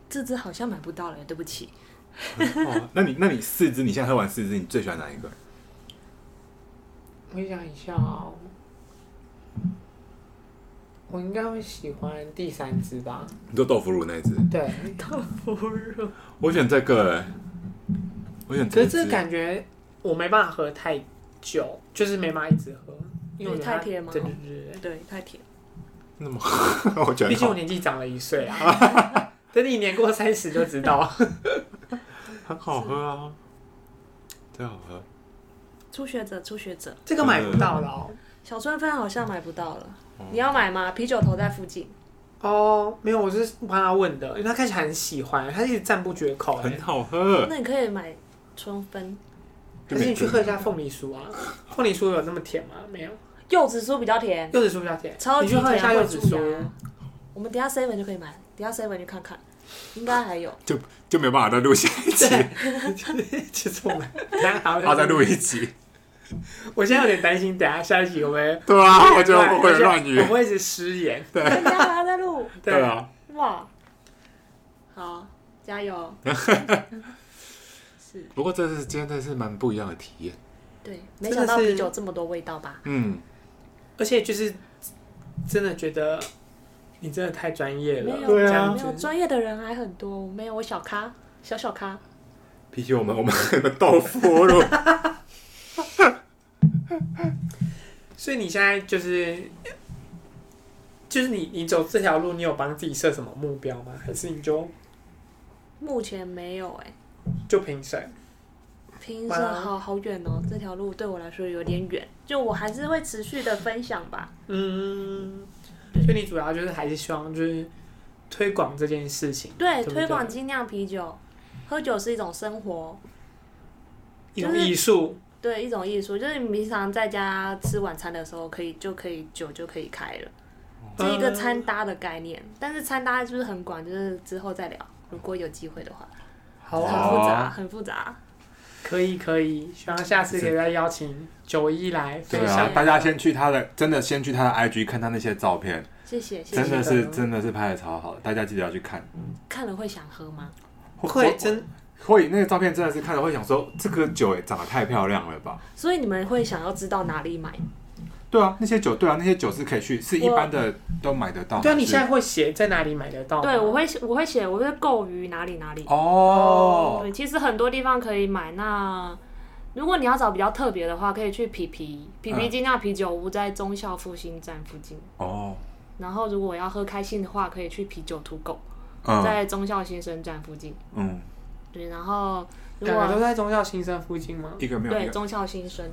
[SPEAKER 3] 这支好像买不到了，对不起。
[SPEAKER 2] 哦，那你那你四支，你现在喝完四支，你最喜欢哪一个？
[SPEAKER 1] 我想一下哦，我应该会喜欢第三支吧。
[SPEAKER 2] 你做豆腐乳那一支，
[SPEAKER 1] 对，
[SPEAKER 2] 我选这个、哎我选
[SPEAKER 1] 可
[SPEAKER 2] 这
[SPEAKER 1] 是
[SPEAKER 2] 一支
[SPEAKER 1] 这感觉我没办法喝太久，就是没办法一直喝，因为我觉得它
[SPEAKER 3] 太甜吗
[SPEAKER 1] 对对对对
[SPEAKER 3] 对，太甜。
[SPEAKER 2] 那么， 我觉
[SPEAKER 1] 对，
[SPEAKER 2] 得
[SPEAKER 1] 毕竟我
[SPEAKER 2] 好
[SPEAKER 1] 年纪长了一岁啊。 等你年过三十就知道，
[SPEAKER 2] 很好喝啊，真好喝。
[SPEAKER 3] 初学者，初学者，
[SPEAKER 1] 这个买不到了哦。
[SPEAKER 3] 小春分好像买不到了，
[SPEAKER 2] 哦
[SPEAKER 3] 你要买吗？啤酒头在附近，
[SPEAKER 1] 哦，没有，我是帮他问的，因为他看起来很喜欢，他一直赞不绝口、
[SPEAKER 2] 很
[SPEAKER 1] 欸。
[SPEAKER 2] 好喝，
[SPEAKER 3] 那你可以买春分。
[SPEAKER 1] 可是你去喝一下凤梨酥啊，凤梨酥有那么甜吗？没有，
[SPEAKER 3] 柚子酥比较甜，
[SPEAKER 1] 柚子酥比较甜，
[SPEAKER 3] 超
[SPEAKER 1] 你
[SPEAKER 3] 级
[SPEAKER 1] 去
[SPEAKER 3] 甜，啊
[SPEAKER 1] 喝一下
[SPEAKER 3] 会
[SPEAKER 1] 柚子
[SPEAKER 3] 蛀
[SPEAKER 1] 酥
[SPEAKER 3] 牙。。我们等一下 seven 就可以买，等一下 seven 去看看，应该还有。
[SPEAKER 2] 就就没办 法再录下一集，
[SPEAKER 3] 啊
[SPEAKER 1] 其实我们等一下还
[SPEAKER 2] 然后
[SPEAKER 1] 要
[SPEAKER 2] 再录一集。
[SPEAKER 1] 我现在有点担心，等一下下一集我们
[SPEAKER 2] 对啊，我觉得我会乱
[SPEAKER 1] 我
[SPEAKER 2] 语
[SPEAKER 1] 们。会一直失言。
[SPEAKER 3] 等一下还要再录，
[SPEAKER 2] 对，啊，
[SPEAKER 3] 哇，好，加油。是，
[SPEAKER 2] 不过这是今天真的是蛮不一样的体验。
[SPEAKER 3] 对，
[SPEAKER 1] 真的
[SPEAKER 3] 没想到
[SPEAKER 1] 是
[SPEAKER 3] 啤酒这么多味道吧？
[SPEAKER 2] 嗯，
[SPEAKER 1] 而且就是真的觉得你真的太专业
[SPEAKER 3] 没
[SPEAKER 1] 了，
[SPEAKER 3] 有，
[SPEAKER 2] 对
[SPEAKER 1] 这
[SPEAKER 2] 啊
[SPEAKER 1] 样
[SPEAKER 3] 没有
[SPEAKER 1] 子。
[SPEAKER 3] 专业的人还很多，没有我小咖，小小咖。
[SPEAKER 2] 比起我们我们的豆腐 乳，
[SPEAKER 1] 所以你现在就是就是你你走这条路，你有帮自己设什么目标吗？还是你就
[SPEAKER 3] 目前没有哎、
[SPEAKER 1] 就评审？
[SPEAKER 3] 平时
[SPEAKER 1] 哇
[SPEAKER 3] 好好远哦，这条路对我来说有点远，就我还是会持续的分享吧。
[SPEAKER 1] 嗯，所以你主要就是还是希望就是推广这件事情，
[SPEAKER 3] 对，
[SPEAKER 1] 不
[SPEAKER 3] 推广精酿啤酒，喝酒是一种生活，
[SPEAKER 1] 一种艺术，
[SPEAKER 3] 对，一种艺术，就是你平常在家吃晚餐的时候，可以就可以酒就可以开了，这
[SPEAKER 1] 嗯
[SPEAKER 3] 一个餐搭的概念。但是餐搭就是很广，就是之后再聊，如果有机会的话，
[SPEAKER 1] 好
[SPEAKER 3] 很
[SPEAKER 1] 啊，
[SPEAKER 2] 好
[SPEAKER 3] 复杂，很复杂。
[SPEAKER 1] 可以可以，希望下次可以再邀请九一来
[SPEAKER 2] 对
[SPEAKER 1] 分
[SPEAKER 2] 啊
[SPEAKER 1] 享，。
[SPEAKER 2] 大家先去他的，真的先去他的 IG 看他那些照片，
[SPEAKER 3] 谢谢，谢
[SPEAKER 2] 真
[SPEAKER 3] 谢。
[SPEAKER 2] 的是真的是拍的超好的，大家记得要去看。
[SPEAKER 3] 看了会想喝吗？
[SPEAKER 1] 会真
[SPEAKER 2] 会那个照片真的是看了会想说，这个酒也长得太漂亮了吧？
[SPEAKER 3] 所以你们会想要知道哪里买？
[SPEAKER 2] 对啊，那些酒，对啊，那些酒是可以去，是一般的都买得到。
[SPEAKER 1] 对啊！
[SPEAKER 2] 还
[SPEAKER 1] 你
[SPEAKER 2] 是
[SPEAKER 1] 现在会写在哪里买得到吗？
[SPEAKER 3] 对，我会我会写，我会购于哪里哪里。
[SPEAKER 2] 哦，
[SPEAKER 3] 对，其实很多地方可以买。那如果你要找比较特别的话，可以去皮皮皮皮
[SPEAKER 2] 嗯
[SPEAKER 3] 精酿啤酒屋，在忠孝复兴站附近。
[SPEAKER 2] 哦，
[SPEAKER 3] 然后如果要喝开心的话，可以去啤酒土狗，
[SPEAKER 2] 嗯
[SPEAKER 3] 在忠孝新生站附近。
[SPEAKER 2] 嗯，
[SPEAKER 3] 对，然后如
[SPEAKER 1] 两个都
[SPEAKER 3] 果
[SPEAKER 1] 在中校新生附近吗？
[SPEAKER 2] 一个没有一
[SPEAKER 3] 对
[SPEAKER 2] 个嗯
[SPEAKER 3] 忠孝新生，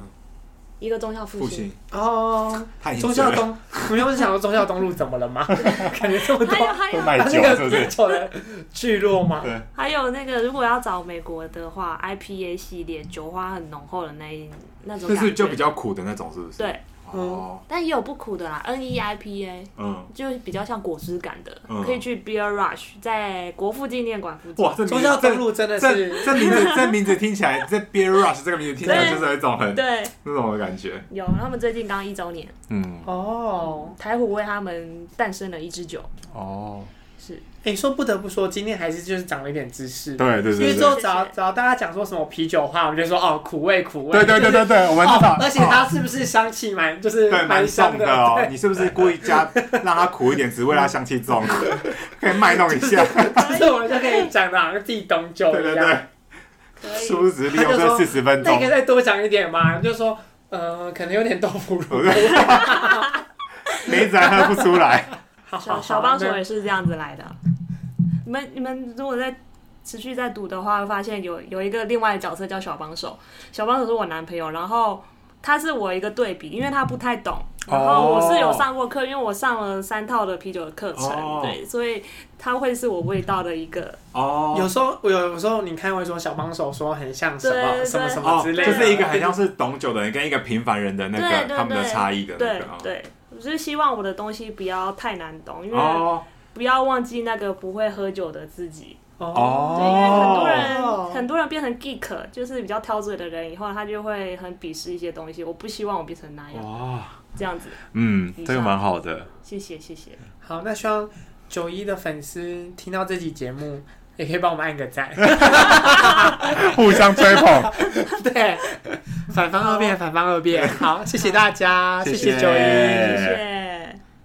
[SPEAKER 3] 一个忠孝复
[SPEAKER 2] 复
[SPEAKER 3] 兴
[SPEAKER 2] 兴，，
[SPEAKER 1] 哦，
[SPEAKER 2] 太
[SPEAKER 1] 中校东， 你们不是想说中校东路怎么了 吗？感觉这么多
[SPEAKER 3] 还，有还有
[SPEAKER 2] 卖
[SPEAKER 1] 它
[SPEAKER 2] 酒
[SPEAKER 1] 那
[SPEAKER 2] 是
[SPEAKER 1] 个
[SPEAKER 2] 不是？
[SPEAKER 1] 酒啊的聚落吗？
[SPEAKER 2] 对，
[SPEAKER 3] 还有那个，如果要找美国的话，IPA 系列酒花很浓厚的那一那种
[SPEAKER 2] 就
[SPEAKER 3] 感觉，
[SPEAKER 2] 是就比较苦的那种，是不是？
[SPEAKER 3] 对，
[SPEAKER 2] 哦，
[SPEAKER 3] 但也有不苦的啦，NEIPA E
[SPEAKER 2] 嗯，
[SPEAKER 3] 就比较像果汁感的，
[SPEAKER 2] 嗯
[SPEAKER 3] 可以去 Beer Rush，在国父纪念馆附近。
[SPEAKER 2] 哇，这名
[SPEAKER 1] 中
[SPEAKER 2] 字
[SPEAKER 1] 校
[SPEAKER 2] 这
[SPEAKER 1] 东路真的是
[SPEAKER 2] 这这名字这名字听起来，这 Beer Rush 这个名字听起来
[SPEAKER 3] 对
[SPEAKER 2] 就是有一种很
[SPEAKER 3] 对，
[SPEAKER 2] 那种的感觉，
[SPEAKER 3] 有他们最近刚一周年，
[SPEAKER 2] 嗯，
[SPEAKER 1] 哦。
[SPEAKER 3] 台虎为他们诞生了一支酒，
[SPEAKER 2] 哦，
[SPEAKER 3] 是
[SPEAKER 1] 哎、说不得不说，今天还是就是长了一点知识。
[SPEAKER 2] 对对
[SPEAKER 1] 因
[SPEAKER 2] 对
[SPEAKER 1] 为之
[SPEAKER 2] 对
[SPEAKER 1] 后只要
[SPEAKER 3] 谢谢
[SPEAKER 1] 只要大家讲说什么啤酒话，我们就说哦苦味苦味。
[SPEAKER 2] 对对对对对，我们至
[SPEAKER 1] 哦
[SPEAKER 2] 少，
[SPEAKER 1] 而且它是不是香气蛮就是
[SPEAKER 2] 对，蛮
[SPEAKER 1] 香
[SPEAKER 2] 重的哦。
[SPEAKER 1] 对
[SPEAKER 2] 你是不是故意加让它苦一点，只为它香气 重，可以卖弄一下？
[SPEAKER 1] 就是我们就可以讲的好像自己懂酒
[SPEAKER 2] 对
[SPEAKER 1] 一
[SPEAKER 2] 对
[SPEAKER 1] 样。
[SPEAKER 2] 对，
[SPEAKER 3] 可以
[SPEAKER 2] 是不是只是利用
[SPEAKER 1] 他就
[SPEAKER 2] 这
[SPEAKER 1] 说
[SPEAKER 2] 四十分
[SPEAKER 1] 那你可以
[SPEAKER 2] 钟？
[SPEAKER 1] 再多讲一点嘛，你就说呃可能有点豆腐乳。
[SPEAKER 2] 梅子还喝不出来。
[SPEAKER 1] 好好
[SPEAKER 3] 小
[SPEAKER 1] 好，
[SPEAKER 3] 小帮手
[SPEAKER 1] 那
[SPEAKER 3] 也是这样子来的。你们你们如果在持续在读的话，会发现有有一个另外的角色叫小帮手，小帮手是我男朋友，然后他是我一个对比，因为他不太懂，然后我是有上过课，因为我上了三套的啤酒的课程，
[SPEAKER 2] 哦
[SPEAKER 3] 对，所以他会是我味道的一个，
[SPEAKER 2] 哦
[SPEAKER 1] 有时候有有时候你看会说小帮手说很像什
[SPEAKER 3] 对
[SPEAKER 1] 么
[SPEAKER 3] 对
[SPEAKER 1] 什么什么
[SPEAKER 2] 哦，
[SPEAKER 1] 之类的，
[SPEAKER 2] 就是一个很像是懂酒的人跟一个平凡人的那
[SPEAKER 3] 对
[SPEAKER 2] 个
[SPEAKER 3] 对
[SPEAKER 2] 他们的差异的那
[SPEAKER 3] 对
[SPEAKER 2] 个哦
[SPEAKER 3] 对，我就是希望我的东西不要太难懂，因为
[SPEAKER 2] 哦
[SPEAKER 3] 不要忘记那个不会喝酒的自己。
[SPEAKER 1] 哦
[SPEAKER 2] 哦
[SPEAKER 3] 对，因为很多人、
[SPEAKER 1] 哦
[SPEAKER 3] 很多人变成 geek，就是比较挑嘴的人，以后他就会很鄙视一些东西。我不希望我变成那样，
[SPEAKER 2] 哇，
[SPEAKER 3] 这样子。
[SPEAKER 2] 嗯
[SPEAKER 3] 以，上
[SPEAKER 2] 这个蛮好的。
[SPEAKER 3] 谢谢，谢谢。
[SPEAKER 1] 好，那希望九一的粉丝听到这期节目，也可以帮我们按个 赞。
[SPEAKER 2] 互相吹捧，
[SPEAKER 1] 对，反方二辩，反方二辩。好，谢谢大家，谢
[SPEAKER 2] 谢
[SPEAKER 1] 谢
[SPEAKER 2] 谢
[SPEAKER 1] 九一。
[SPEAKER 3] 谢谢。